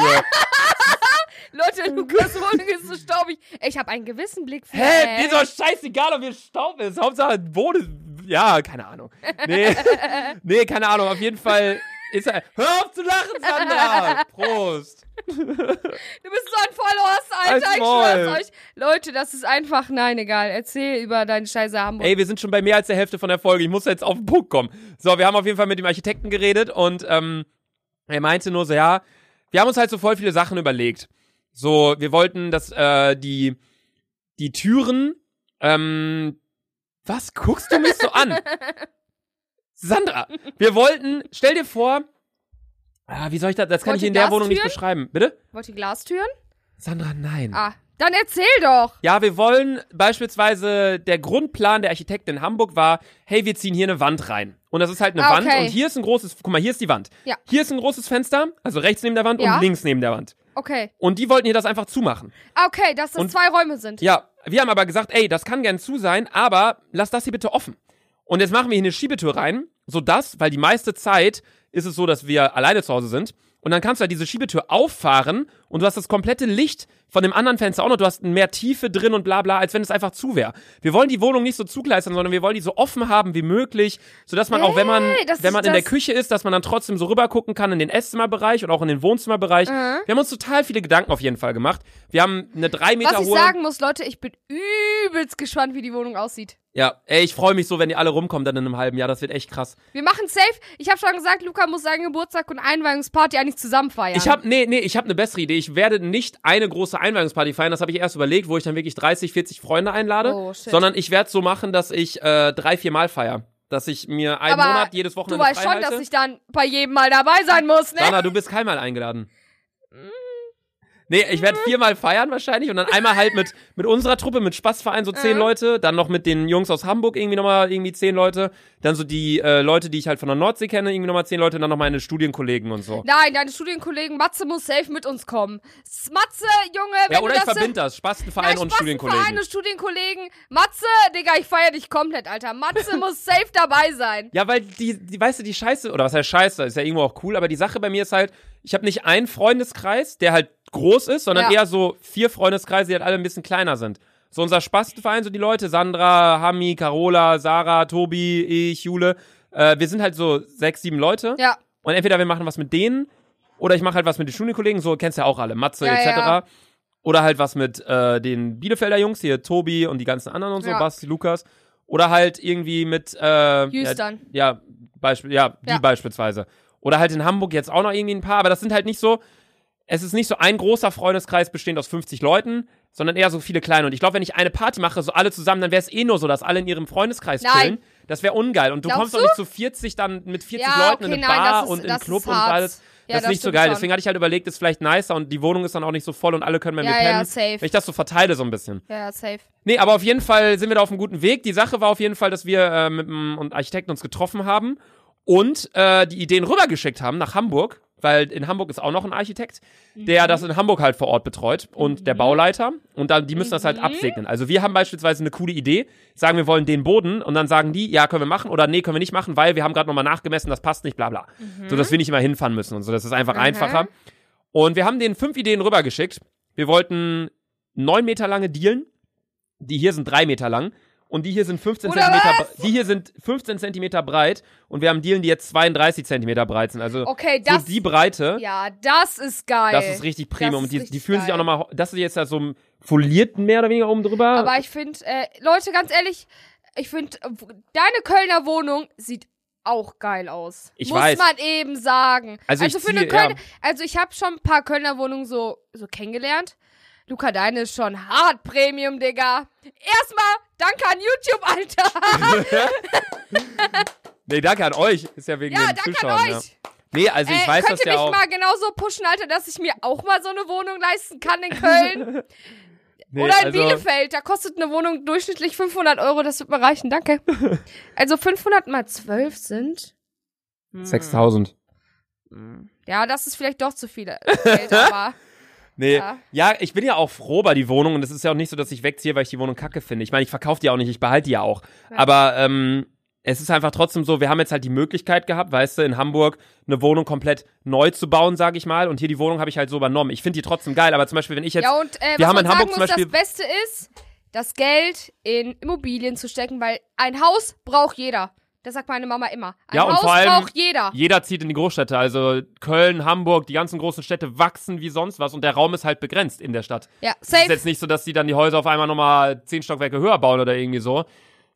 S2: Leute, Lukas Wohnung ist so staubig. Ey, ich habe einen gewissen Blick für.
S1: hä, ist doch scheißegal, ob hier Staub ist, Hauptsache Boden, ja, keine Ahnung. Nee, nee, keine Ahnung, auf jeden Fall ist er, hör auf zu lachen, Sandra, Prost.
S2: Du bist so ein Vollhorst, Alter.
S1: Als
S2: ich
S1: Maul.
S2: schwör's euch. Leute, das ist einfach. Nein, egal. Erzähl über deinen scheiße Hamburg.
S1: Ey, wir sind schon bei mehr als der Hälfte von der Folge. Ich muss jetzt auf den Punkt kommen. So, wir haben auf jeden Fall mit dem Architekten geredet und ähm, er meinte nur so, ja, wir haben uns halt so voll viele Sachen überlegt. So, wir wollten, dass äh, die, die Türen, ähm, was guckst du mich so
S2: [laughs]
S1: an? Sandra, wir wollten, stell dir vor, ah, wie soll ich das, das kann
S2: Wollt
S1: ich
S2: ihr
S1: in der Wohnung nicht
S2: Glastüren?
S1: beschreiben. Bitte?
S2: Wollt ihr Glastüren?
S1: Sandra, nein.
S2: Ah, dann erzähl doch.
S1: Ja, wir wollen beispielsweise, der Grundplan der Architekten in Hamburg war, hey, wir ziehen hier eine Wand rein. Und das ist halt eine
S2: Ah,
S1: Wand
S2: okay.
S1: und hier ist ein großes, guck mal, hier ist die Wand.
S2: Ja.
S1: Hier ist ein großes Fenster, also rechts neben der Wand
S2: Ja.
S1: und links neben der Wand.
S2: Okay.
S1: Und die wollten hier das einfach zumachen.
S2: Ah, okay, dass das
S1: Und-
S2: zwei Räume sind.
S1: Ja, wir haben aber gesagt, ey, das kann gern zu sein, aber lass das hier bitte offen. Und jetzt machen wir hier eine Schiebetür rein, sodass, weil die meiste Zeit ist es so, dass wir alleine zu Hause sind. Und dann kannst du halt diese Schiebetür auffahren und du hast das komplette Licht von dem anderen Fenster auch noch, du hast mehr Tiefe drin und bla bla, als wenn es einfach zu wäre. Wir wollen die Wohnung nicht so zugleistern, sondern wir wollen die so offen haben wie möglich, sodass man auch, wenn man,
S2: Hey, das
S1: wenn
S2: ist
S1: man in der
S2: das-
S1: Küche ist, dass man dann trotzdem so rüber gucken kann in den Esszimmerbereich und auch in den Wohnzimmerbereich.
S2: Mhm.
S1: Wir haben uns total viele Gedanken auf jeden Fall gemacht. Wir haben eine drei Meter
S2: Was ich
S1: hohe.
S2: sagen muss, Leute, ich bin übelst gespannt, wie die Wohnung aussieht.
S1: ja, ey, ich freue mich so, wenn die alle rumkommen dann in einem halben Jahr. Das wird echt krass.
S2: Wir machen safe. Ich habe schon gesagt, Luca muss seinen Geburtstag und Einweihungsparty eigentlich zusammen feiern.
S1: Ich habe nee, nee, ich habe eine bessere Idee. Ich werde nicht eine große Einweihungsparty feiern, das habe ich erst überlegt, wo ich dann wirklich 30, 40 Freunde einlade,
S2: Oh, shit.
S1: sondern ich werde so machen, dass ich äh, drei, vier Mal feier, dass ich mir einen
S2: Aber
S1: Monat jedes
S2: Du
S1: Wochenende
S2: weißt
S1: frei
S2: schon, dass
S1: halte.
S2: ich dann bei jedem mal dabei
S1: [laughs]
S2: sein muss, ne?
S1: Dana, du bist keinmal eingeladen.
S2: Mm.
S1: Nee, ich werde viermal feiern wahrscheinlich und dann einmal halt mit, mit unserer Truppe, mit Spaßverein so zehn Leute, dann noch mit den Jungs aus Hamburg irgendwie nochmal irgendwie zehn Leute, dann so die äh, Leute, die ich halt von der Nordsee kenne, irgendwie nochmal zehn Leute und dann noch meine Studienkollegen und so.
S2: Nein, deine Studienkollegen Matze muss safe mit uns kommen. S- Matze, Junge, wenn
S1: Ja,
S2: du
S1: oder ich
S2: das
S1: verbinde das, Spastenverein
S2: Nein,
S1: und
S2: Spaß,
S1: Studienkollegen.
S2: Vereine, Studienkollegen. Matze, Digga, ich feier dich komplett,
S1: [laughs]
S2: Alter. Matze muss safe dabei sein.
S1: Ja, weil die, die, weißt du, die Scheiße, oder was heißt Scheiße, ist ja irgendwo auch cool, aber die Sache bei mir ist halt, ich habe nicht einen Freundeskreis, der halt groß ist, sondern
S2: Ja.
S1: eher so vier Freundeskreise, die halt alle ein bisschen kleiner sind. So unser Spastenverein, so die Leute, Sandra, Hami, Carola, Sarah, Tobi, ich, Jule, äh, wir sind halt so sechs, sieben Leute
S2: Ja.
S1: und entweder wir machen was mit denen oder ich mache halt was mit den Studienkollegen, so kennst ja auch alle, Matze
S2: Ja,
S1: etc.
S2: ja.
S1: Oder halt was mit äh, den Bielefelder Jungs, hier Tobi und die ganzen anderen und so,
S2: Ja.
S1: Basti, Lukas. Oder halt irgendwie mit äh, ja,
S2: Jüstern.
S1: ja, Beispiel, ja, die
S2: Ja.
S1: beispielsweise. Oder halt in Hamburg jetzt auch noch irgendwie ein paar, aber das sind halt nicht so, es ist nicht so ein großer Freundeskreis bestehend aus 50 Leuten, sondern eher so viele kleine. Und ich glaube, wenn ich eine Party mache, so alle zusammen, dann wäre es eh nur so, dass alle in ihrem Freundeskreis
S2: Nein.
S1: chillen. Das wäre ungeil. Und du
S2: Glaubst
S1: kommst doch
S2: du?
S1: nicht zu 40 dann mit 40
S2: Ja,
S1: Leuten in
S2: okay,
S1: eine
S2: nein,
S1: Bar
S2: das ist-
S1: und in
S2: das
S1: Club
S2: ist
S1: und
S2: hart.
S1: alles.
S2: Ja,
S1: das ist
S2: das
S1: nicht so
S2: stimmt
S1: geil.
S2: schon.
S1: Deswegen hatte ich halt überlegt, ist vielleicht nicer und die Wohnung ist dann auch nicht so voll und alle können bei
S2: Ja,
S1: mir
S2: ja,
S1: pennen.
S2: safe.
S1: Wenn ich das so verteile so ein bisschen.
S2: Ja, safe.
S1: Nee, aber auf jeden Fall sind wir da auf einem guten Weg. Die Sache war auf jeden Fall, dass wir äh, mit einem und Architekten uns getroffen haben und äh, die Ideen rübergeschickt haben nach Hamburg, weil in Hamburg ist auch noch ein Architekt, der das in Hamburg halt vor Ort betreut und der Bauleiter. Und dann, die müssen das halt absegnen. Also wir haben beispielsweise eine coole Idee, sagen wir wollen den Boden und dann sagen die, ja, können wir machen oder nee, können wir nicht machen, weil wir haben gerade nochmal nachgemessen, das passt nicht, bla bla.
S2: Mhm.
S1: So, dass wir nicht immer hinfahren müssen und so. Das ist einfach einfacher. Und wir haben denen fünf Ideen rübergeschickt. Wir wollten neun Meter lange Dielen. Die hier sind drei Meter lang. Und die hier sind 15
S2: Oder
S1: Zentimeter, bre- die hier sind 15 Zentimeter breit. Und wir haben Dielen, die jetzt 32 Zentimeter breit sind. Also,
S2: Okay,
S1: so
S2: das.
S1: die Breite.
S2: ja, das ist geil.
S1: Das ist richtig
S2: Das
S1: Premium.
S2: ist
S1: Und die, die
S2: richtig
S1: fühlen sich auch
S2: geil.
S1: nochmal, das ist jetzt da so ein folierten mehr oder weniger oben drüber.
S2: Aber ich finde, äh, Leute, ganz ehrlich, ich finde, deine Kölner Wohnung sieht auch geil aus.
S1: Ich
S2: Muss
S1: weiß.
S2: man eben sagen.
S1: Also ich
S2: für eine
S1: ziehe,
S2: Kölner,
S1: ja.
S2: also ich habe schon ein paar Kölner Wohnungen so, so kennengelernt. Luca, deine ist schon hart Premium, Digga. Erstmal, danke an YouTube,
S1: [laughs]
S2: Alter.
S1: nee, danke an euch. Ist ja wegen
S2: Ja,
S1: den
S2: danke
S1: Zuschauern.
S2: an
S1: Ja.
S2: euch.
S1: Nee, also ich
S2: Äh,
S1: weiß
S2: könnt
S1: das
S2: ihr
S1: ja
S2: mich
S1: auch.
S2: mal genauso pushen, Alter, dass ich mir auch mal so eine Wohnung leisten kann
S1: [laughs]
S2: in Köln?
S1: Nee,
S2: Oder in
S1: also,
S2: Bielefeld, da kostet eine Wohnung durchschnittlich 500 Euro, das wird mir
S1: [laughs]
S2: reichen, danke. also 500 mal 12 sind...
S1: 6000.
S2: Ja, das ist vielleicht doch zu viel
S1: [laughs]
S2: Geld, aber...
S1: Nee. Ja.
S2: Ja.
S1: ich bin ja auch froh über die Wohnung und es ist ja auch nicht so, dass ich wegziehe, weil ich die Wohnung kacke finde. Ich meine, ich verkaufe die auch nicht, ich behalte die ja auch.
S2: Ja.
S1: Aber ähm, es ist einfach trotzdem so, wir haben jetzt halt die Möglichkeit gehabt, weißt du, in Hamburg eine Wohnung komplett neu zu bauen, sage ich mal. Und hier die Wohnung habe ich halt so übernommen. Ich finde die trotzdem geil, aber zum Beispiel, wenn ich jetzt.
S2: Ja, und
S1: wir
S2: äh, was
S1: haben
S2: man
S1: in Hamburg
S2: sagen
S1: zum
S2: muss,
S1: Beispiel-
S2: das Beste ist, das Geld in Immobilien zu stecken, weil ein Haus braucht jeder. Das sagt meine Mama immer. Ein
S1: Ja, und
S2: Haus
S1: vor allem-
S2: braucht jeder.
S1: Jeder zieht in die Großstädte, also Köln, Hamburg, die ganzen großen Städte wachsen wie sonst was und der Raum ist halt begrenzt in der Stadt.
S2: Ja,
S1: Es ist
S2: safe.
S1: jetzt nicht so, dass die dann die Häuser auf einmal nochmal zehn Stockwerke höher bauen oder irgendwie so.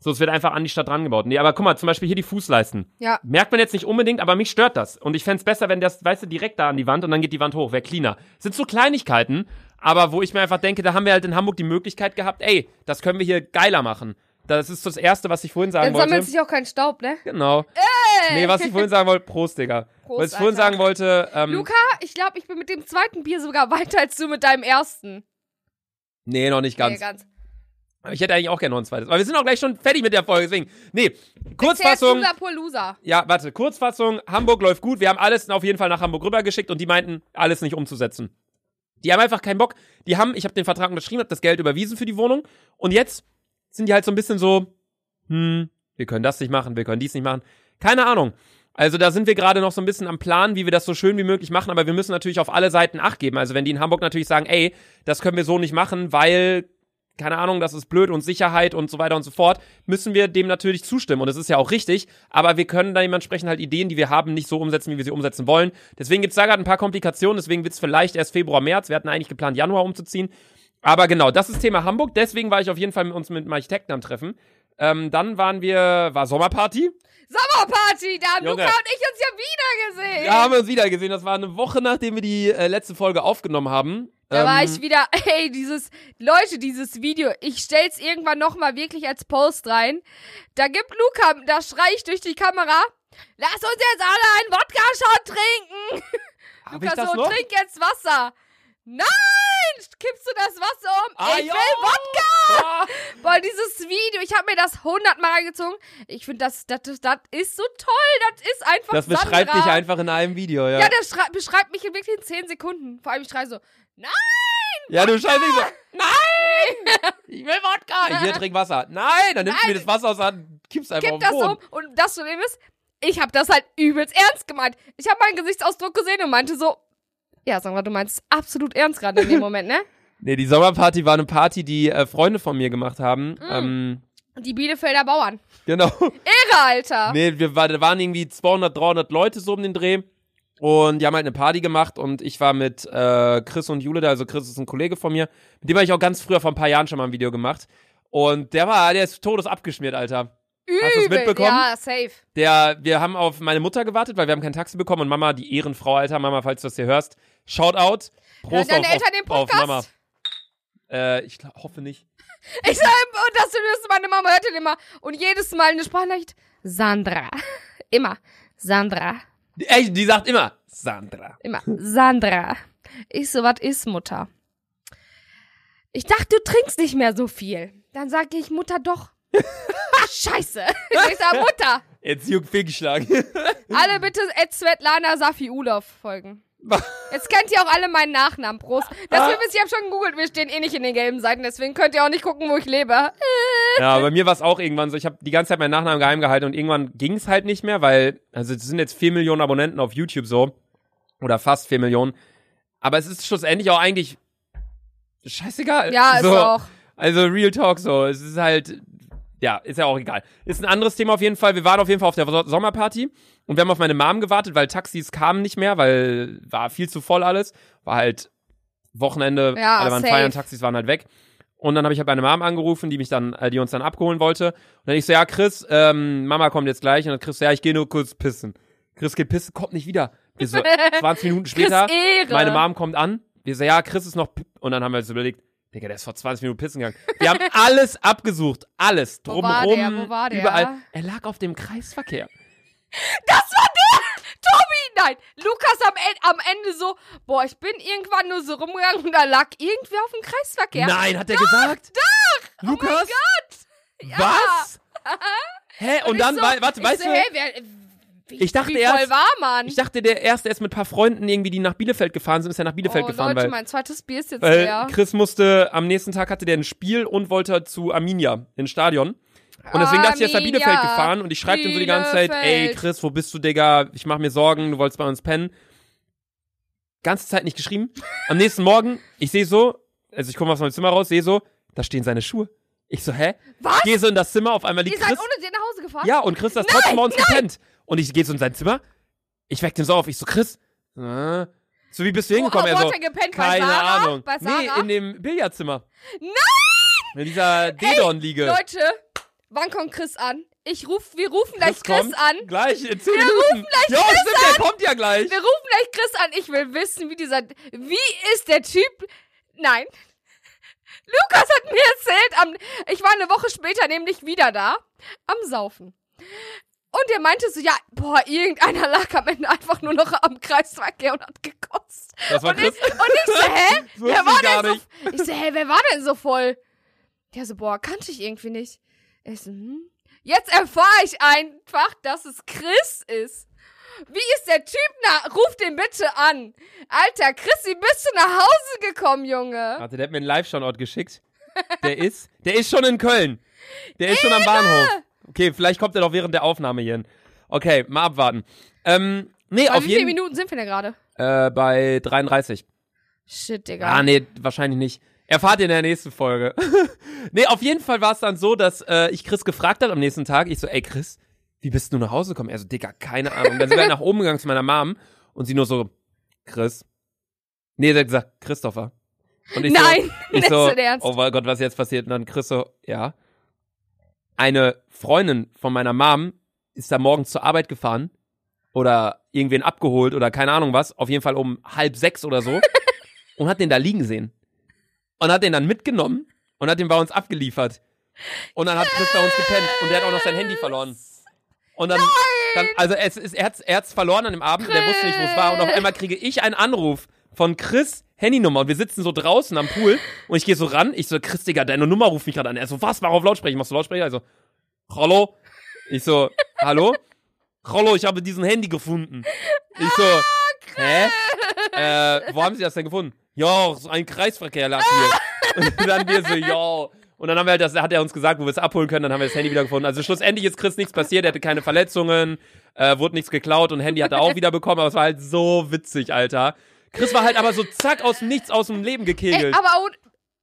S1: So, es wird einfach an die Stadt rangebaut. Nee, aber guck mal, zum Beispiel hier die Fußleisten.
S2: Ja.
S1: Merkt man jetzt nicht unbedingt, aber mich stört das. Und ich fänd's besser, wenn das, weißt du, direkt da an die Wand und dann geht die Wand hoch. Wäre cleaner. Das sind so Kleinigkeiten, aber wo ich mir einfach denke, da haben wir halt in Hamburg die Möglichkeit gehabt, ey, das können wir hier geiler machen. Das ist das Erste, was ich vorhin sagen
S2: Dann sammelt
S1: wollte.
S2: sich auch kein Staub, ne?
S1: Genau. Nee, was ich vorhin sagen wollte, Prost, Digga.
S2: [laughs] Prost,
S1: was ich vorhin
S2: Alter.
S1: sagen wollte, ähm,
S2: Luca, ich glaube, ich bin mit dem zweiten Bier sogar [laughs] weiter als du mit deinem ersten.
S1: nee, noch nicht
S2: Nee,
S1: ganz.
S2: ganz.
S1: Aber Ich hätte eigentlich auch gerne noch ein zweites. Aber wir sind auch gleich schon fertig mit der Folge, deswegen. Nee,
S2: Zuerst
S1: Kurzfassung.
S2: Loser pur Loser.
S1: Ja, warte, Kurzfassung, Hamburg läuft gut. Wir haben alles auf jeden Fall nach Hamburg rübergeschickt und die meinten, alles nicht umzusetzen. Die haben einfach keinen Bock. Die haben, ich habe den Vertrag unterschrieben, habe das Geld überwiesen für die Wohnung und jetzt sind die halt so ein bisschen so, hm, wir können das nicht machen, wir können dies nicht machen. Keine Ahnung. Also da sind wir gerade noch so ein bisschen am Plan, wie wir das so schön wie möglich machen, aber wir müssen natürlich auf alle Seiten Acht geben. Also wenn die in Hamburg natürlich sagen, ey, das können wir so nicht machen, weil, keine Ahnung, das ist blöd und Sicherheit und so weiter und so fort, müssen wir dem natürlich zustimmen. Und es ist ja auch richtig, aber wir können da dementsprechend halt Ideen, die wir haben, nicht so umsetzen, wie wir sie umsetzen wollen. Deswegen gibt's da gerade ein paar Komplikationen, deswegen wird's vielleicht erst Februar, März. Wir hatten eigentlich geplant, Januar umzuziehen. Aber genau, das ist Thema Hamburg. Deswegen war ich auf jeden Fall mit uns mit dem Architekten am Treffen. Ähm, dann waren wir, war Sommerparty.
S2: Sommerparty, da haben
S1: Junge.
S2: Luca und ich uns ja wieder gesehen.
S1: Ja, haben wir uns wieder gesehen. Das war eine Woche, nachdem wir die äh, letzte Folge aufgenommen haben.
S2: Da war
S1: Ähm,
S2: ich wieder, [laughs] ey, dieses, Leute, dieses Video, ich stell's irgendwann nochmal wirklich als Post rein. Da gibt Luca, da schrei ich durch die Kamera, lass uns jetzt alle einen Wodka-Shot trinken.
S1: Hab ich
S2: Luca
S1: das
S2: so,
S1: noch?
S2: trink jetzt Wasser. Nein, kippst du das Wasser um?
S1: Ah,
S2: ich will
S1: jo.
S2: Wodka.
S1: Ah,
S2: Boah, dieses Video, ich hab mir das hundertmal gezogen. Ich find, das, das, das, das ist so toll, das ist einfach
S1: das beschreibt
S2: Sandra.
S1: dich einfach in einem Video, ja.
S2: Ja, der schrei- beschreibt mich in wirklich in 10 Sekunden. Vor allem, ich schrei so, nein.
S1: ja, du scheiße. So,
S2: Ich will [laughs] Wodka.
S1: Ah, hier, trink Wasser. Nein, dann nimmst du mir
S2: Nein.
S1: das Wasser aus der Hand, kippst einfach
S2: Kipp
S1: auf
S2: das
S1: den
S2: um
S1: Boden.
S2: und das Problem ist, ich habe das halt übelst ernst gemeint. Ich habe meinen Gesichtsausdruck gesehen und meinte so, ja, Sandra, du meinst absolut ernst gerade in dem Moment, ne?
S1: Nee, die Sommerparty war eine Party, die äh, Freunde von mir gemacht haben.
S2: Mm.
S1: Ähm,
S2: Die Bielefelder Bauern.
S1: genau.
S2: Irre, Alter.
S1: Nee, wir war, da waren irgendwie 200, 300 Leute so um den Dreh. Und die haben halt eine Party gemacht und ich war mit äh, Chris und Jule da, also Chris ist ein Kollege von mir, mit dem habe ich auch ganz früher vor ein paar Jahren schon mal ein Video gemacht. Und der war, der ist todes abgeschmiert, Alter.
S2: Übel.
S1: du's mitbekommen?
S2: Ja, safe.
S1: Der, wir haben auf meine Mutter gewartet, weil wir haben kein Taxi bekommen und Mama, die Ehrenfrau, Alter, Mama, falls du das hier hörst, Shoutout. Prost
S2: Hören Äh, deine
S1: auf,
S2: Eltern den
S1: auf, auf
S2: Podcast?
S1: Mama. Äh, ich gla- hoffe nicht.
S2: Ich sag, und das ist meine Mama hört den immer. Und jedes Mal eine Sprachnachricht. Sandra. [laughs] Immer. Sandra.
S1: Die- Ey, die sagt immer, Sandra.
S2: Immer. Sandra. Ich so, was ist, Mutter? Ich dachte, du trinkst nicht mehr so viel. Dann sage ich, Mutter, doch. Scheiße. Ich sag, Mutter.
S1: Jetzt juckt Fehlgeschlagen. [laughs]
S2: Alle bitte Ed Svetlana Safi Ulov folgen. Jetzt kennt ihr auch alle meinen Nachnamen. Prost. Das Film ist, ich habe schon gegoogelt, wir stehen eh nicht in den gelben Seiten, deswegen könnt ihr auch nicht gucken, wo ich lebe.
S1: Ja, bei mir war es auch irgendwann so. Ich habe die ganze Zeit meinen Nachnamen geheim gehalten und irgendwann ging's halt nicht mehr, weil, also es sind jetzt 4 Millionen Abonnenten auf YouTube so. Oder fast 4 Millionen. Aber es ist schlussendlich auch eigentlich scheißegal.
S2: Ja, ist
S1: so,
S2: auch.
S1: Also Real Talk so. Es ist halt, ja, ist ja auch egal. Ist ein anderes Thema auf jeden Fall. Wir waren auf jeden Fall auf der So- Sommerparty und wir haben auf meine Mom gewartet, weil Taxis kamen nicht mehr, weil war viel zu voll alles. War halt Wochenende,
S2: Ja,
S1: alle waren
S2: safe.
S1: feiern, Taxis waren halt weg. Und dann habe ich halt meine Mom angerufen, die mich dann, äh, die uns dann abholen wollte. Und dann ich so, ja, Chris, ähm, Mama kommt jetzt gleich. Und dann Chris so, ja, ich gehe nur kurz pissen. Chris geht pissen, kommt nicht wieder. Wir
S2: [laughs]
S1: so, 20 Minuten
S2: Chris
S1: später,
S2: Ehre.
S1: meine Mom kommt an. Wir so, ja, Chris ist noch, pi- und dann haben wir uns überlegt, Digga, der ist vor 20 Minuten pissen gegangen. Wir
S2: [laughs]
S1: haben alles abgesucht, alles,
S2: Wo war
S1: drumherum,
S2: der? Wo war der?
S1: überall. Er lag auf dem Kreisverkehr.
S2: Nein, Lukas am, En- am Ende so, boah, ich bin irgendwann nur so rumgegangen und da lag irgendwer auf dem Kreisverkehr.
S1: Nein, hat er gesagt?
S2: Oh
S1: Doch! Lukas?
S2: [laughs]
S1: Was? Hä? Und,
S2: Ich
S1: dann,
S2: so,
S1: wei- warte,
S2: ich
S1: weißt
S2: so,
S1: du,
S2: Hey, wer, äh, wie,
S1: Ich dachte
S2: wie voll
S1: erst-
S2: war man?
S1: ich dachte, der erste ist mit paar Freunden irgendwie, die nach Bielefeld gefahren sind, ist er nach Bielefeld
S2: oh,
S1: gefahren,
S2: Leute,
S1: weil,
S2: mein zweites Bier ist jetzt
S1: weil
S2: leer.
S1: Chris musste, am nächsten Tag hatte der ein Spiel und wollte zu Arminia ins Stadion. Und deswegen dachte ich, er ist nach
S2: Arminia.
S1: Bielefeld gefahren und ich schreibe ihm so die ganze Zeit, ey
S2: Bielefeld.
S1: Chris, wo bist du, Digga? Ich mach mir Sorgen, du wolltest bei uns pennen. Ganze Zeit nicht geschrieben. Am nächsten Morgen, ich sehe so, also ich komme aus meinem Zimmer raus, sehe so, da stehen seine Schuhe. Ich so, hä?
S2: Was?
S1: Ich gehe so in das Zimmer, auf einmal
S2: Ihr
S1: liegt
S2: seid
S1: Chris.
S2: ohne den nach Hause gefahren?
S1: Ja, und Chris hat trotzdem bei uns gepennt. Und ich gehe so in sein Zimmer, ich weck den so auf, ich so, Chris, äh, so wie bist du
S2: Wo, wo
S1: hingekommen? er
S2: hat
S1: so,
S2: er gepennt?
S1: keine
S2: bei Sarah?
S1: Ahnung.
S2: Bei Sarah?
S1: Nee, in dem Billardzimmer.
S2: Nein!
S1: In dieser Dedon-Liege.
S2: Leute, wann kommt Chris an? Ich ruf, wir rufen gleich
S1: Chris
S2: Chris,
S1: kommt
S2: an.
S1: Gleich in 10 Minuten. ja, stimmt, der kommt ja gleich.
S2: Wir rufen gleich Chris an. Ich will wissen, wie dieser. Wie ist der Typ. Nein. Lukas hat mir erzählt, am, ich war eine Woche später nämlich wieder da, am Saufen. Und er meinte so, ja, boah, irgendeiner lag am Ende einfach nur noch am Kreisverkehr und hat gekotzt.
S1: Das war
S2: Und ich, und
S1: Chris.
S2: ich so, hä?
S1: Das [laughs] wusste
S2: wer war
S1: ich gar
S2: denn
S1: nicht.
S2: so, ich so, hä, wer war denn so voll? Der so, boah, kannte ich irgendwie nicht. Ich so, hm. Jetzt erfahre ich einfach, dass es Chris ist. Wie ist der Typ? Na, ruf den bitte an. Alter, Chris, wie bist du nach Hause gekommen, Junge?
S1: Warte, der hat mir einen Live-Standort geschickt. Der ist, der ist schon in Köln. Der ist schon am Bahnhof. Okay, vielleicht kommt er doch während der Aufnahme hier hin. Okay, mal abwarten. Ähm, nee,
S2: Bei
S1: auf
S2: wie vielen
S1: jeden
S2: Minuten sind wir denn gerade?
S1: Äh, bei 33.
S2: Shit, Digga.
S1: Ah, nee, wahrscheinlich nicht. Erfahrt ihr in der nächsten Folge. [laughs] nee, auf jeden Fall war es dann so, dass äh, ich Chris gefragt hat am nächsten Tag. Ich so, ey Chris, wie bist du nach Hause gekommen? Er so, Digga, keine Ahnung. Dann sind wir [laughs] nach oben gegangen zu meiner Mom und sie nur so, Chris. Nee, sie hat gesagt, Christopher. Und ich
S2: Nein,
S1: so, ich
S2: [laughs] nicht
S1: so,
S2: so ernst.
S1: oh mein Gott, was ist jetzt passiert? Und dann Chris so, ja. Eine Freundin von meiner Mom ist da morgens zur Arbeit gefahren oder irgendwen abgeholt oder keine Ahnung was, auf jeden Fall um halb sechs oder
S2: [laughs]
S1: so und hat den da liegen sehen. Und hat den dann mitgenommen und hat den bei uns abgeliefert. Und dann hat Chris bei uns gepennt und der hat auch noch sein Handy verloren. Und dann, dann also es ist, er hat's, er hat's verloren an dem Abend, der wusste nicht, wo es war. Und auf einmal kriege ich einen Anruf von Chris Handynummer und wir sitzen so draußen am Pool und ich gehe so ran, ich so, Chris, Digga, deine Nummer ruft mich gerade an. Er so, was, mach auf Lautsprecher, machst du Lautsprecher? Also, hallo? Ich so, hallo? Rollo, ich habe diesen Handy gefunden. Ich so,
S2: Ah,
S1: hä? Äh, wo haben Sie das denn gefunden? Ja, so ein Kreisverkehr lag
S2: Ah.
S1: hier. [laughs] Und dann wir so, ja. Und dann haben wir halt das, hat er uns gesagt, wo wir es abholen können, dann haben wir das Handy wieder gefunden. Also schlussendlich ist Chris nichts passiert, er hatte keine Verletzungen, äh, wurde nichts geklaut und Handy hat
S2: [laughs]
S1: er auch wieder bekommen, aber es war halt so witzig, Alter. Chris war halt aber so zack aus dem Nichts aus dem Leben
S2: Ey,
S1: gekegelt.
S2: aber und,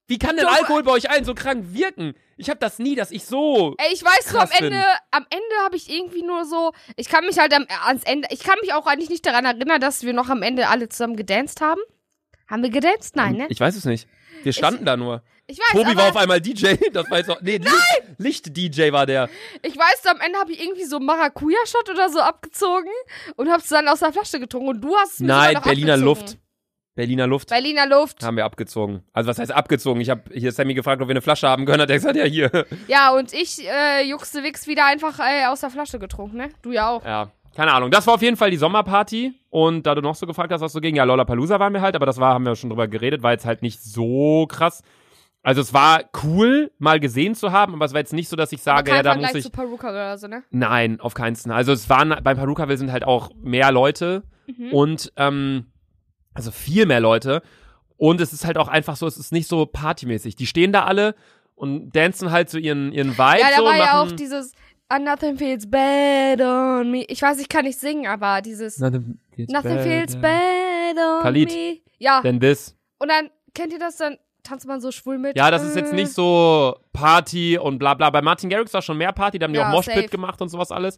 S1: Wie kann denn
S2: doch-
S1: Alkohol bei euch allen so krank wirken? Ich hab das nie, dass ich so.
S2: ey, ich weiß so, am
S1: Krass
S2: Ende,
S1: bin.
S2: am Ende habe ich irgendwie nur so, ich kann mich halt am, ans Ende, ich kann mich auch eigentlich nicht daran erinnern, dass wir noch am Ende alle zusammen gedanced haben. Haben wir gedanced? Nein, ne?
S1: Ähm, Ich weiß es nicht. Wir standen da nur.
S2: Ich weiß,
S1: Tobi
S2: aber
S1: war auf einmal DJ, [laughs] das war jetzt noch, nee, Licht-DJ war der.
S2: ich weiß, am Ende habe ich irgendwie so Maracuja-Shot oder so abgezogen und hab's dann aus der Flasche getrunken und du hast es mir sogar
S1: Nein,
S2: noch
S1: Berliner
S2: abgezogen.
S1: Luft. Berliner Luft
S2: Berliner Luft.
S1: haben wir abgezogen. Also was heißt abgezogen? Ich habe hier Sammy gefragt, ob wir eine Flasche haben können, hat er gesagt, ja hier. [laughs]
S2: Ja, und ich äh, juckste Wix wieder einfach äh, aus der Flasche getrunken, ne? Du ja auch.
S1: Ja, keine Ahnung. Das war auf jeden Fall die Sommerparty und da du noch so gefragt hast, was so ging, ja, Lollapalooza waren wir halt, aber das war, haben wir schon drüber geredet, war jetzt halt nicht so krass. Also es war cool, mal gesehen zu haben, aber es war jetzt nicht so, dass ich sage,
S2: Kein
S1: ja, da
S2: Vergleich
S1: muss ich
S2: zu Peruka oder so, ne?
S1: Nein, auf keinen Fall. Also es waren beim Perukaville sind halt auch mehr Leute
S2: Mhm.
S1: und ähm, also viel mehr Leute. Und es ist halt auch einfach so, es ist nicht so partymäßig. Die stehen da alle und dancen halt so ihren, ihren Vibe.
S2: Ja, da
S1: so,
S2: war ja auch
S1: machen,
S2: dieses "And Nothing Feels Bad on Me. Ich weiß, ich kann nicht singen, aber dieses
S1: Nothing feels
S2: Nothing Feels
S1: better
S2: Bad on
S1: Khalid.
S2: Me. Ja,
S1: Than this.
S2: und dann kennt ihr das, dann tanzt man so schwul mit.
S1: Ja, das ist jetzt
S2: Äh,
S1: nicht so Party und bla bla. Bei Martin Garrix war schon mehr Party, da haben die
S2: Ja,
S1: auch Moshpit
S2: safe.
S1: gemacht und sowas alles.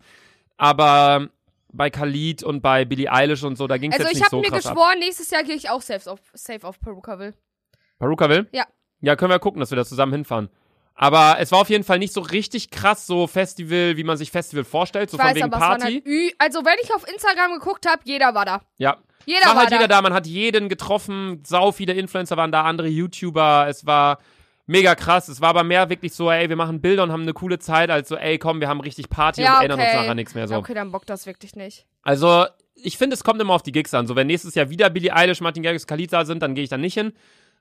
S1: Aber bei Khalid und bei Billie Eilish und so, da ging es
S2: Also
S1: jetzt
S2: ich
S1: nicht
S2: habe
S1: so
S2: mir
S1: krass ab.
S2: geschworen, nächstes Jahr gehe ich auch safe auf, safe auf Peruka will.
S1: Paruka will?
S2: Ja.
S1: Ja, können wir gucken, dass wir da zusammen hinfahren. Aber es war auf jeden Fall nicht so richtig krass, so Festival, wie man sich Festival vorstellt, so
S2: Ich weiß,
S1: von wegen
S2: aber es waren
S1: Party.
S2: halt Ü Also wenn ich auf Instagram geguckt habe, jeder war da.
S1: ja.
S2: Jeder
S1: Es war
S2: war
S1: halt
S2: da.
S1: jeder da, man hat jeden getroffen, sau viele Influencer waren da, andere YouTuber, es war mega krass. Es war aber mehr wirklich so, ey, wir machen Bilder und haben eine coole Zeit, als so, ey, komm, wir haben richtig Party
S2: Ja,
S1: und erinnern uns
S2: okay.
S1: nachher nichts mehr so.
S2: Okay, dann bockt das wirklich nicht.
S1: Also, ich finde, es kommt immer auf die Gigs an. So, wenn nächstes Jahr wieder Billie Eilish, Martin Garrix, Khalid da sind, dann gehe ich da nicht hin.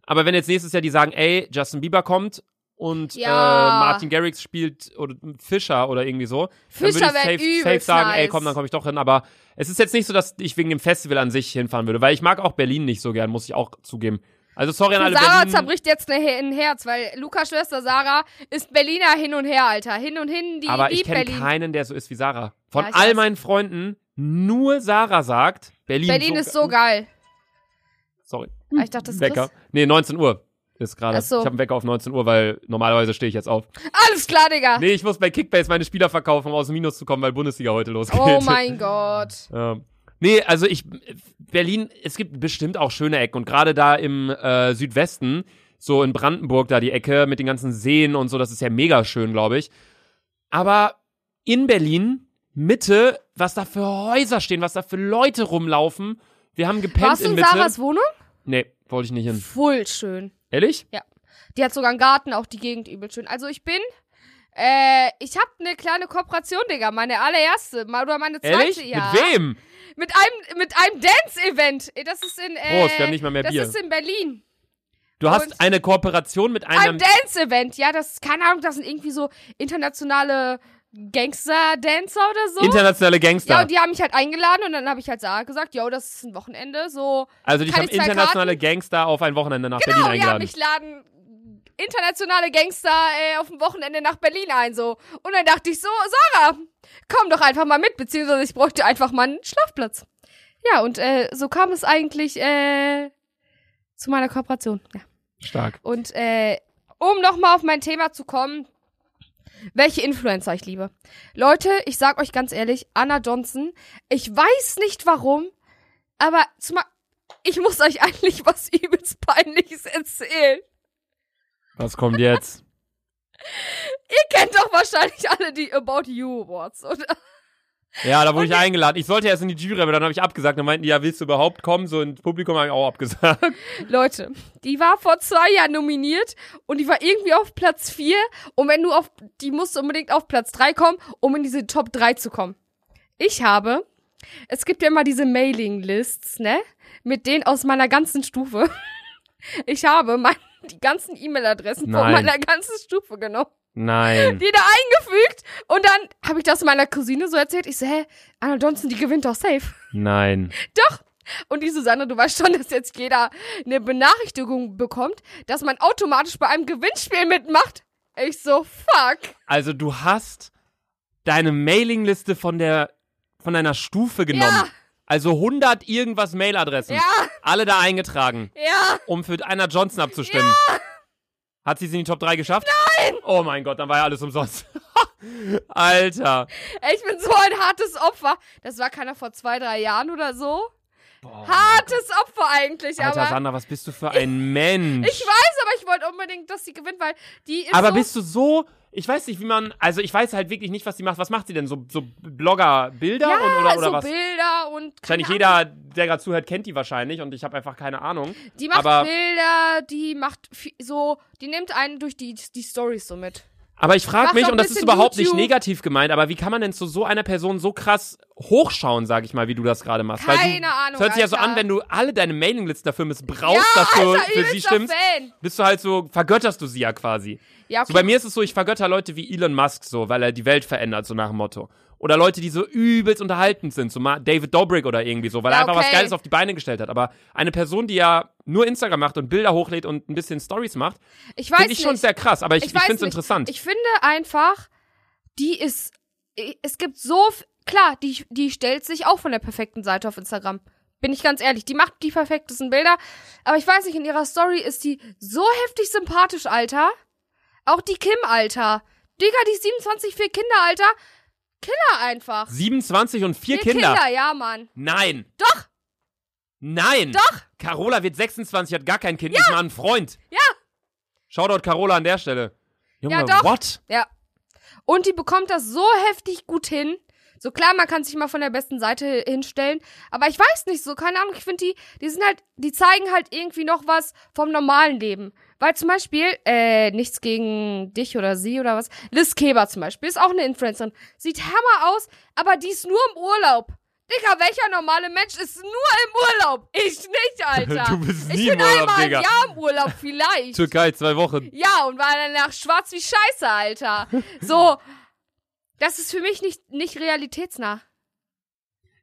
S1: Aber wenn jetzt nächstes Jahr die sagen, ey, Justin Bieber kommt und
S2: Ja.
S1: äh, Martin Garrix spielt oder Fischer oder irgendwie so,
S2: Fischer
S1: dann würde
S2: wär
S1: ich safe, safe
S2: übelst
S1: sagen, ey,
S2: nice.
S1: komm, dann komme ich doch hin. Aber es ist jetzt nicht so, dass ich wegen dem Festival an sich hinfahren würde, weil ich mag auch Berlin nicht so gern, muss ich auch zugeben. Also sorry an
S2: Für
S1: alle
S2: Sarah
S1: Berlin.
S2: zerbricht jetzt ne- ein Herz, weil Lukas Schwester Sarah ist Berliner hin und her, Alter. Hin und hin, die
S1: aber ich
S2: liebt
S1: kenne
S2: Berlin.
S1: keinen, der so ist wie Sarah. Von
S2: Ja, ich
S1: all
S2: weiß.
S1: meinen Freunden nur Sarah sagt, Berlin,
S2: Berlin
S1: so
S2: ist so geil.
S1: Sorry.
S2: Ah, Ich dachte, das ist
S1: Wecker. Nee, 19 Uhr ist gerade.
S2: Ach so.
S1: Ich habe einen Wecker auf 19 Uhr, weil normalerweise stehe ich jetzt auf.
S2: Chris. Alles klar, Digga.
S1: Nee, ich muss bei Kickbase meine Spieler verkaufen, um aus dem Minus zu kommen, weil Bundesliga heute losgeht.
S2: oh mein Gott.
S1: [laughs] Ähm, nee, also ich, Berlin, es gibt bestimmt auch schöne Ecken und gerade da im äh, Südwesten, so in Brandenburg da die Ecke mit den ganzen Seen und so, das ist ja mega schön, glaube ich. Aber in Berlin, Mitte, was da für Häuser stehen, was da für Leute rumlaufen. Wir haben gepennt
S2: Warst du
S1: in
S2: in
S1: Mitte.
S2: Sarahs Wohnung?
S1: nee, wollte ich nicht hin.
S2: Voll schön.
S1: Ehrlich?
S2: Die hat sogar einen Garten, auch die Gegend übel schön. Also ich bin, äh, ich hab eine kleine Kooperation, Digga. Meine allererste, mal- oder meine zweite,
S1: Ehrlich?
S2: ja.
S1: Mit wem?
S2: Mit einem, mit einem Dance-Event. Das ist in, äh,
S1: Prost, wir haben nicht mal mehr
S2: das
S1: Bier.
S2: ist in Berlin.
S1: Du hast
S2: Und-
S1: eine Kooperation mit
S2: Ein
S1: einem.
S2: Dance-Event, ja, das, keine Ahnung, das sind irgendwie so internationale Gangster-Dancer oder so.
S1: Internationale Gangster.
S2: ja, und die haben mich halt eingeladen und dann habe ich halt Sarah gesagt, yo, das ist ein Wochenende, so.
S1: also dich
S2: kann
S1: haben
S2: ich zwei
S1: internationale Gangster auf ein Wochenende nach Berlin
S2: Oh, ja,
S1: eingeladen.
S2: mich laden internationale Gangster äh, auf dem Wochenende nach Berlin ein, so. Und dann dachte ich so, Sarah, komm doch einfach mal mit, beziehungsweise ich bräuchte einfach mal einen Schlafplatz. Ja, und äh, so kam es eigentlich äh, zu meiner Kooperation. Ja.
S1: Stark.
S2: Und äh, um nochmal auf mein Thema zu kommen, welche Influencer ich liebe. Leute, ich sag euch ganz ehrlich, Anna Johnson, ich weiß nicht warum, aber zumal ich muss euch [laughs] eigentlich was übelst peinliches erzählen.
S1: Was kommt jetzt?
S2: Ihr kennt doch wahrscheinlich alle die About You Awards, oder?
S1: [laughs] Ja, da wurde ich eingeladen. Ich sollte erst in die Jury, aber dann habe ich abgesagt. Dann meinten die, ja, willst du überhaupt kommen? So ins Publikum habe ich auch abgesagt.
S2: Leute, die war vor zwei Jahren nominiert und die war irgendwie auf Platz 4 und wenn du auf, die musste unbedingt auf Platz 3 kommen, um in diese Top 3 zu kommen. Ich habe, es gibt ja immer diese Mailing-Lists, ne? Mit denen aus meiner ganzen Stufe. [laughs] Ich habe mein, die ganzen E-Mail-Adressen von
S1: Nein.
S2: meiner ganzen Stufe genommen.
S1: Nein.
S2: die da eingefügt und dann habe ich das meiner Cousine so erzählt. Ich so, hä, Anna Johnson, die gewinnt doch safe.
S1: Nein.
S2: Und die Susanne, du weißt schon, dass jetzt jeder eine Benachrichtigung bekommt, dass man automatisch bei einem Gewinnspiel mitmacht. Ich so, fuck.
S1: Also du hast deine Mailingliste von der von deiner Stufe genommen.
S2: Ja.
S1: Also 100 irgendwas Mailadressen.
S2: Ja,
S1: Alle da eingetragen,
S2: ja.
S1: um für Anna Johnson abzustimmen. Hat sie es in die Top 3 geschafft? Nein! Oh mein Gott, dann war ja alles umsonst. [laughs] Alter.
S2: Ey, Ich bin so ein hartes Opfer. Das war keiner vor zwei, drei Jahren oder so. Hartes Opfer eigentlich,
S1: Alter,
S2: aber.
S1: Sandra, was bist du für ein Mensch?
S2: Ich weiß, aber ich wollte unbedingt, dass sie gewinnt, weil die ist
S1: Aber
S2: so
S1: bist du so, ich weiß nicht, wie man, also ich weiß halt wirklich nicht, was sie macht. Was macht sie denn? So, so Blogger-Bilder
S2: ja,
S1: und- oder, oder
S2: so
S1: was?
S2: Bilder und keine
S1: Wahrscheinlich jeder, der gerade zuhört, kennt die wahrscheinlich und ich habe einfach keine Ahnung.
S2: Die macht
S1: Aber-
S2: Bilder, die macht fi- so, die nimmt einen durch die, die Stories so mit.
S1: Aber ich frage
S2: Mach
S1: mich,
S2: doch
S1: und das
S2: ein
S1: ist
S2: bisschen
S1: überhaupt
S2: YouTube.
S1: nicht negativ gemeint, aber wie kann man denn zu so einer Person so krass hochschauen, sag ich mal, wie du das gerade machst? Weil
S2: Keine
S1: du,
S2: Ahnung,
S1: Es hört sich ja so
S2: Alter.
S1: an, wenn du alle deine Mailinglisten dafür missbrauchst, dass du für sie
S2: übelster
S1: stimmst,
S2: Fan.
S1: bist du halt so, vergötterst du sie ja quasi.
S2: Ja,
S1: So
S2: okay.
S1: bei mir ist es so, ich vergötter Leute wie Elon Musk so, weil er die Welt verändert, so nach dem Motto. Oder Leute, die so übelst unterhaltend sind, so Ma- David Dobrik oder irgendwie so, weil
S2: Ja,
S1: er einfach was
S2: okay.
S1: Geiles auf die Beine gestellt hat. Aber eine Person, die ja nur Instagram macht und Bilder hochlädt und ein bisschen Stories macht,
S2: ich weiß
S1: finde ich
S2: nicht.
S1: schon sehr krass. Aber ich,
S2: Ich
S1: ich,
S2: weiß
S1: finde es
S2: nicht.
S1: interessant.
S2: ich finde einfach, die ist, es gibt so, f- klar, die, die stellt sich auch von der perfekten Seite auf Instagram. Bin ich ganz ehrlich, die macht die perfektesten Bilder. Aber ich weiß nicht, in ihrer Story ist die so heftig sympathisch, Alter. Auch die Kim, Alter. Digga, die ist 27, vier Kinder, Alter. Killer einfach.
S1: 27 und vier,
S2: Vier
S1: Kinder.
S2: Kinder, ja, Mann.
S1: Nein.
S2: Doch.
S1: Nein.
S2: Doch.
S1: Carola wird 26, hat gar kein Kind, ist mal ein Freund.
S2: Ja.
S1: Shoutout Carola an der Stelle. Junge,
S2: Ja, doch.
S1: what? [laughs]
S2: Ja. Und die bekommt das so heftig gut hin. So klar, man kann sich mal von der besten Seite hinstellen, aber ich weiß nicht so, keine Ahnung. Ich finde die, die sind halt, die zeigen halt irgendwie noch was vom normalen Leben. Weil zum Beispiel, äh, nichts gegen dich oder sie oder was. Liz Keber zum Beispiel ist auch eine Influencerin. Sieht hammer aus, aber die ist nur im Urlaub. Digga, welcher normale Mensch ist nur im Urlaub? Ich nicht, Alter.
S1: [laughs] Du bist
S2: ich
S1: nie
S2: bin
S1: im Urlaub,
S2: einmal
S1: Digga.
S2: im Jahr
S1: [laughs]
S2: im Urlaub, vielleicht.
S1: Türkei, zwei Wochen.
S2: Ja, und war danach schwarz wie Scheiße, Alter. So, das ist für mich nicht, nicht realitätsnah.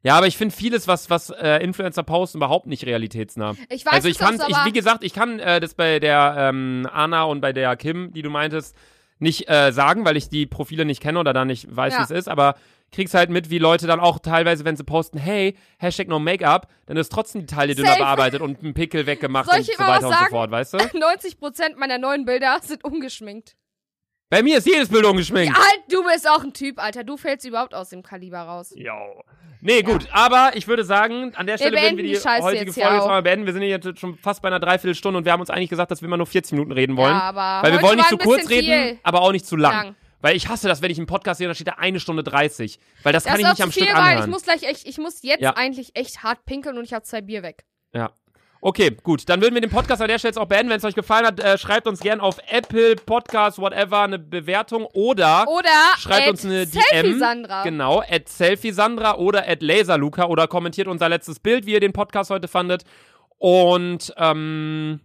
S1: Ja, aber ich finde vieles, was, was äh, Influencer posten, überhaupt nicht realitätsnah.
S2: Ich weiß
S1: also ich
S2: es auch,
S1: kann, ich,
S2: aber-
S1: wie gesagt, ich kann äh, das bei der ähm, Anna und bei der Kim, die du meintest, nicht äh, sagen, weil ich die Profile nicht kenne oder da nicht weiß,
S2: Ja.
S1: wie es ist, aber kriegst halt mit, wie Leute dann auch teilweise, wenn sie posten, hey, Hashtag no Make-up, dann ist trotzdem die Taille dünner
S2: Safe.
S1: bearbeitet und ein Pickel weggemacht
S2: Soll
S1: und
S2: ich
S1: so
S2: immer was
S1: weiter und so
S2: sagen?
S1: fort, weißt du?
S2: [laughs] 90% meiner neuen Bilder sind ungeschminkt.
S1: Bei mir ist jedes Bild ungeschminkt.
S2: Halt, du bist auch ein Typ, Alter. Du fällst überhaupt aus dem Kaliber raus.
S1: Jo. Nee, gut, aber ich würde sagen, an der Stelle würden wir
S2: beenden
S1: die,
S2: die Scheiße
S1: heutige
S2: jetzt hier
S1: Folge jetzt
S2: auch.
S1: mal beenden. Wir sind jetzt schon fast bei einer Dreiviertelstunde und wir haben uns eigentlich gesagt, dass wir immer nur 40 Minuten reden wollen.
S2: Ja, aber
S1: weil wir
S2: heute
S1: wollen nicht
S2: war
S1: zu
S2: ein
S1: kurz
S2: bisschen
S1: reden,
S2: viel.
S1: aber auch nicht zu lang.
S2: Lang.
S1: Weil ich hasse das, wenn ich einen Podcast sehe, da steht da eine Stunde 30. Weil das,
S2: Das
S1: kann ich
S2: ist auch
S1: nicht
S2: zu
S1: am
S2: viel,
S1: Stück
S2: weil ich
S1: anhören.
S2: muss gleich echt, ich muss jetzt
S1: Ja.
S2: eigentlich echt hart pinkeln und ich habe zwei Bier weg.
S1: Ja. Okay, gut. Dann würden wir den Podcast an der Stelle jetzt auch beenden. Wenn es euch gefallen hat, äh, schreibt uns gern auf Apple Podcast, whatever, eine Bewertung oder,
S2: Oder
S1: schreibt
S2: at
S1: uns eine
S2: Selfie
S1: DM.
S2: Sandra.
S1: Genau, at Selfie Sandra oder at Laserluca oder kommentiert unser letztes Bild, wie ihr den Podcast heute fandet. Und ähm,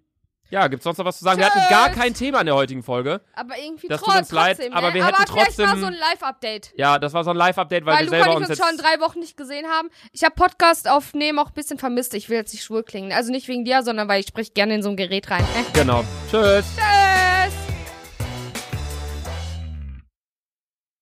S1: ja, gibt's sonst noch was zu sagen? Wir hatten gar
S2: Tschüss.
S1: kein Thema in der heutigen Folge.
S2: Aber irgendwie
S1: Das
S2: tro-
S1: tut uns leid,
S2: trotzdem,
S1: aber
S2: ne?
S1: wir
S2: aber
S1: hätten
S2: vielleicht mal
S1: trotzdem-
S2: so ein Live-Update.
S1: Ja, das war so ein Live-Update, weil,
S2: Weil
S1: wir
S2: Luca
S1: selber
S2: und
S1: uns
S2: ich uns
S1: jetzt.
S2: schon drei Wochen nicht gesehen haben. Ich habe Podcast aufnehmen auch ein bisschen vermisst. Ich will jetzt nicht schwul klingen. Also nicht wegen dir, sondern weil ich sprich gerne in so ein Gerät rein. [laughs] Äh,
S1: genau. Tschüss.
S2: Tschüss.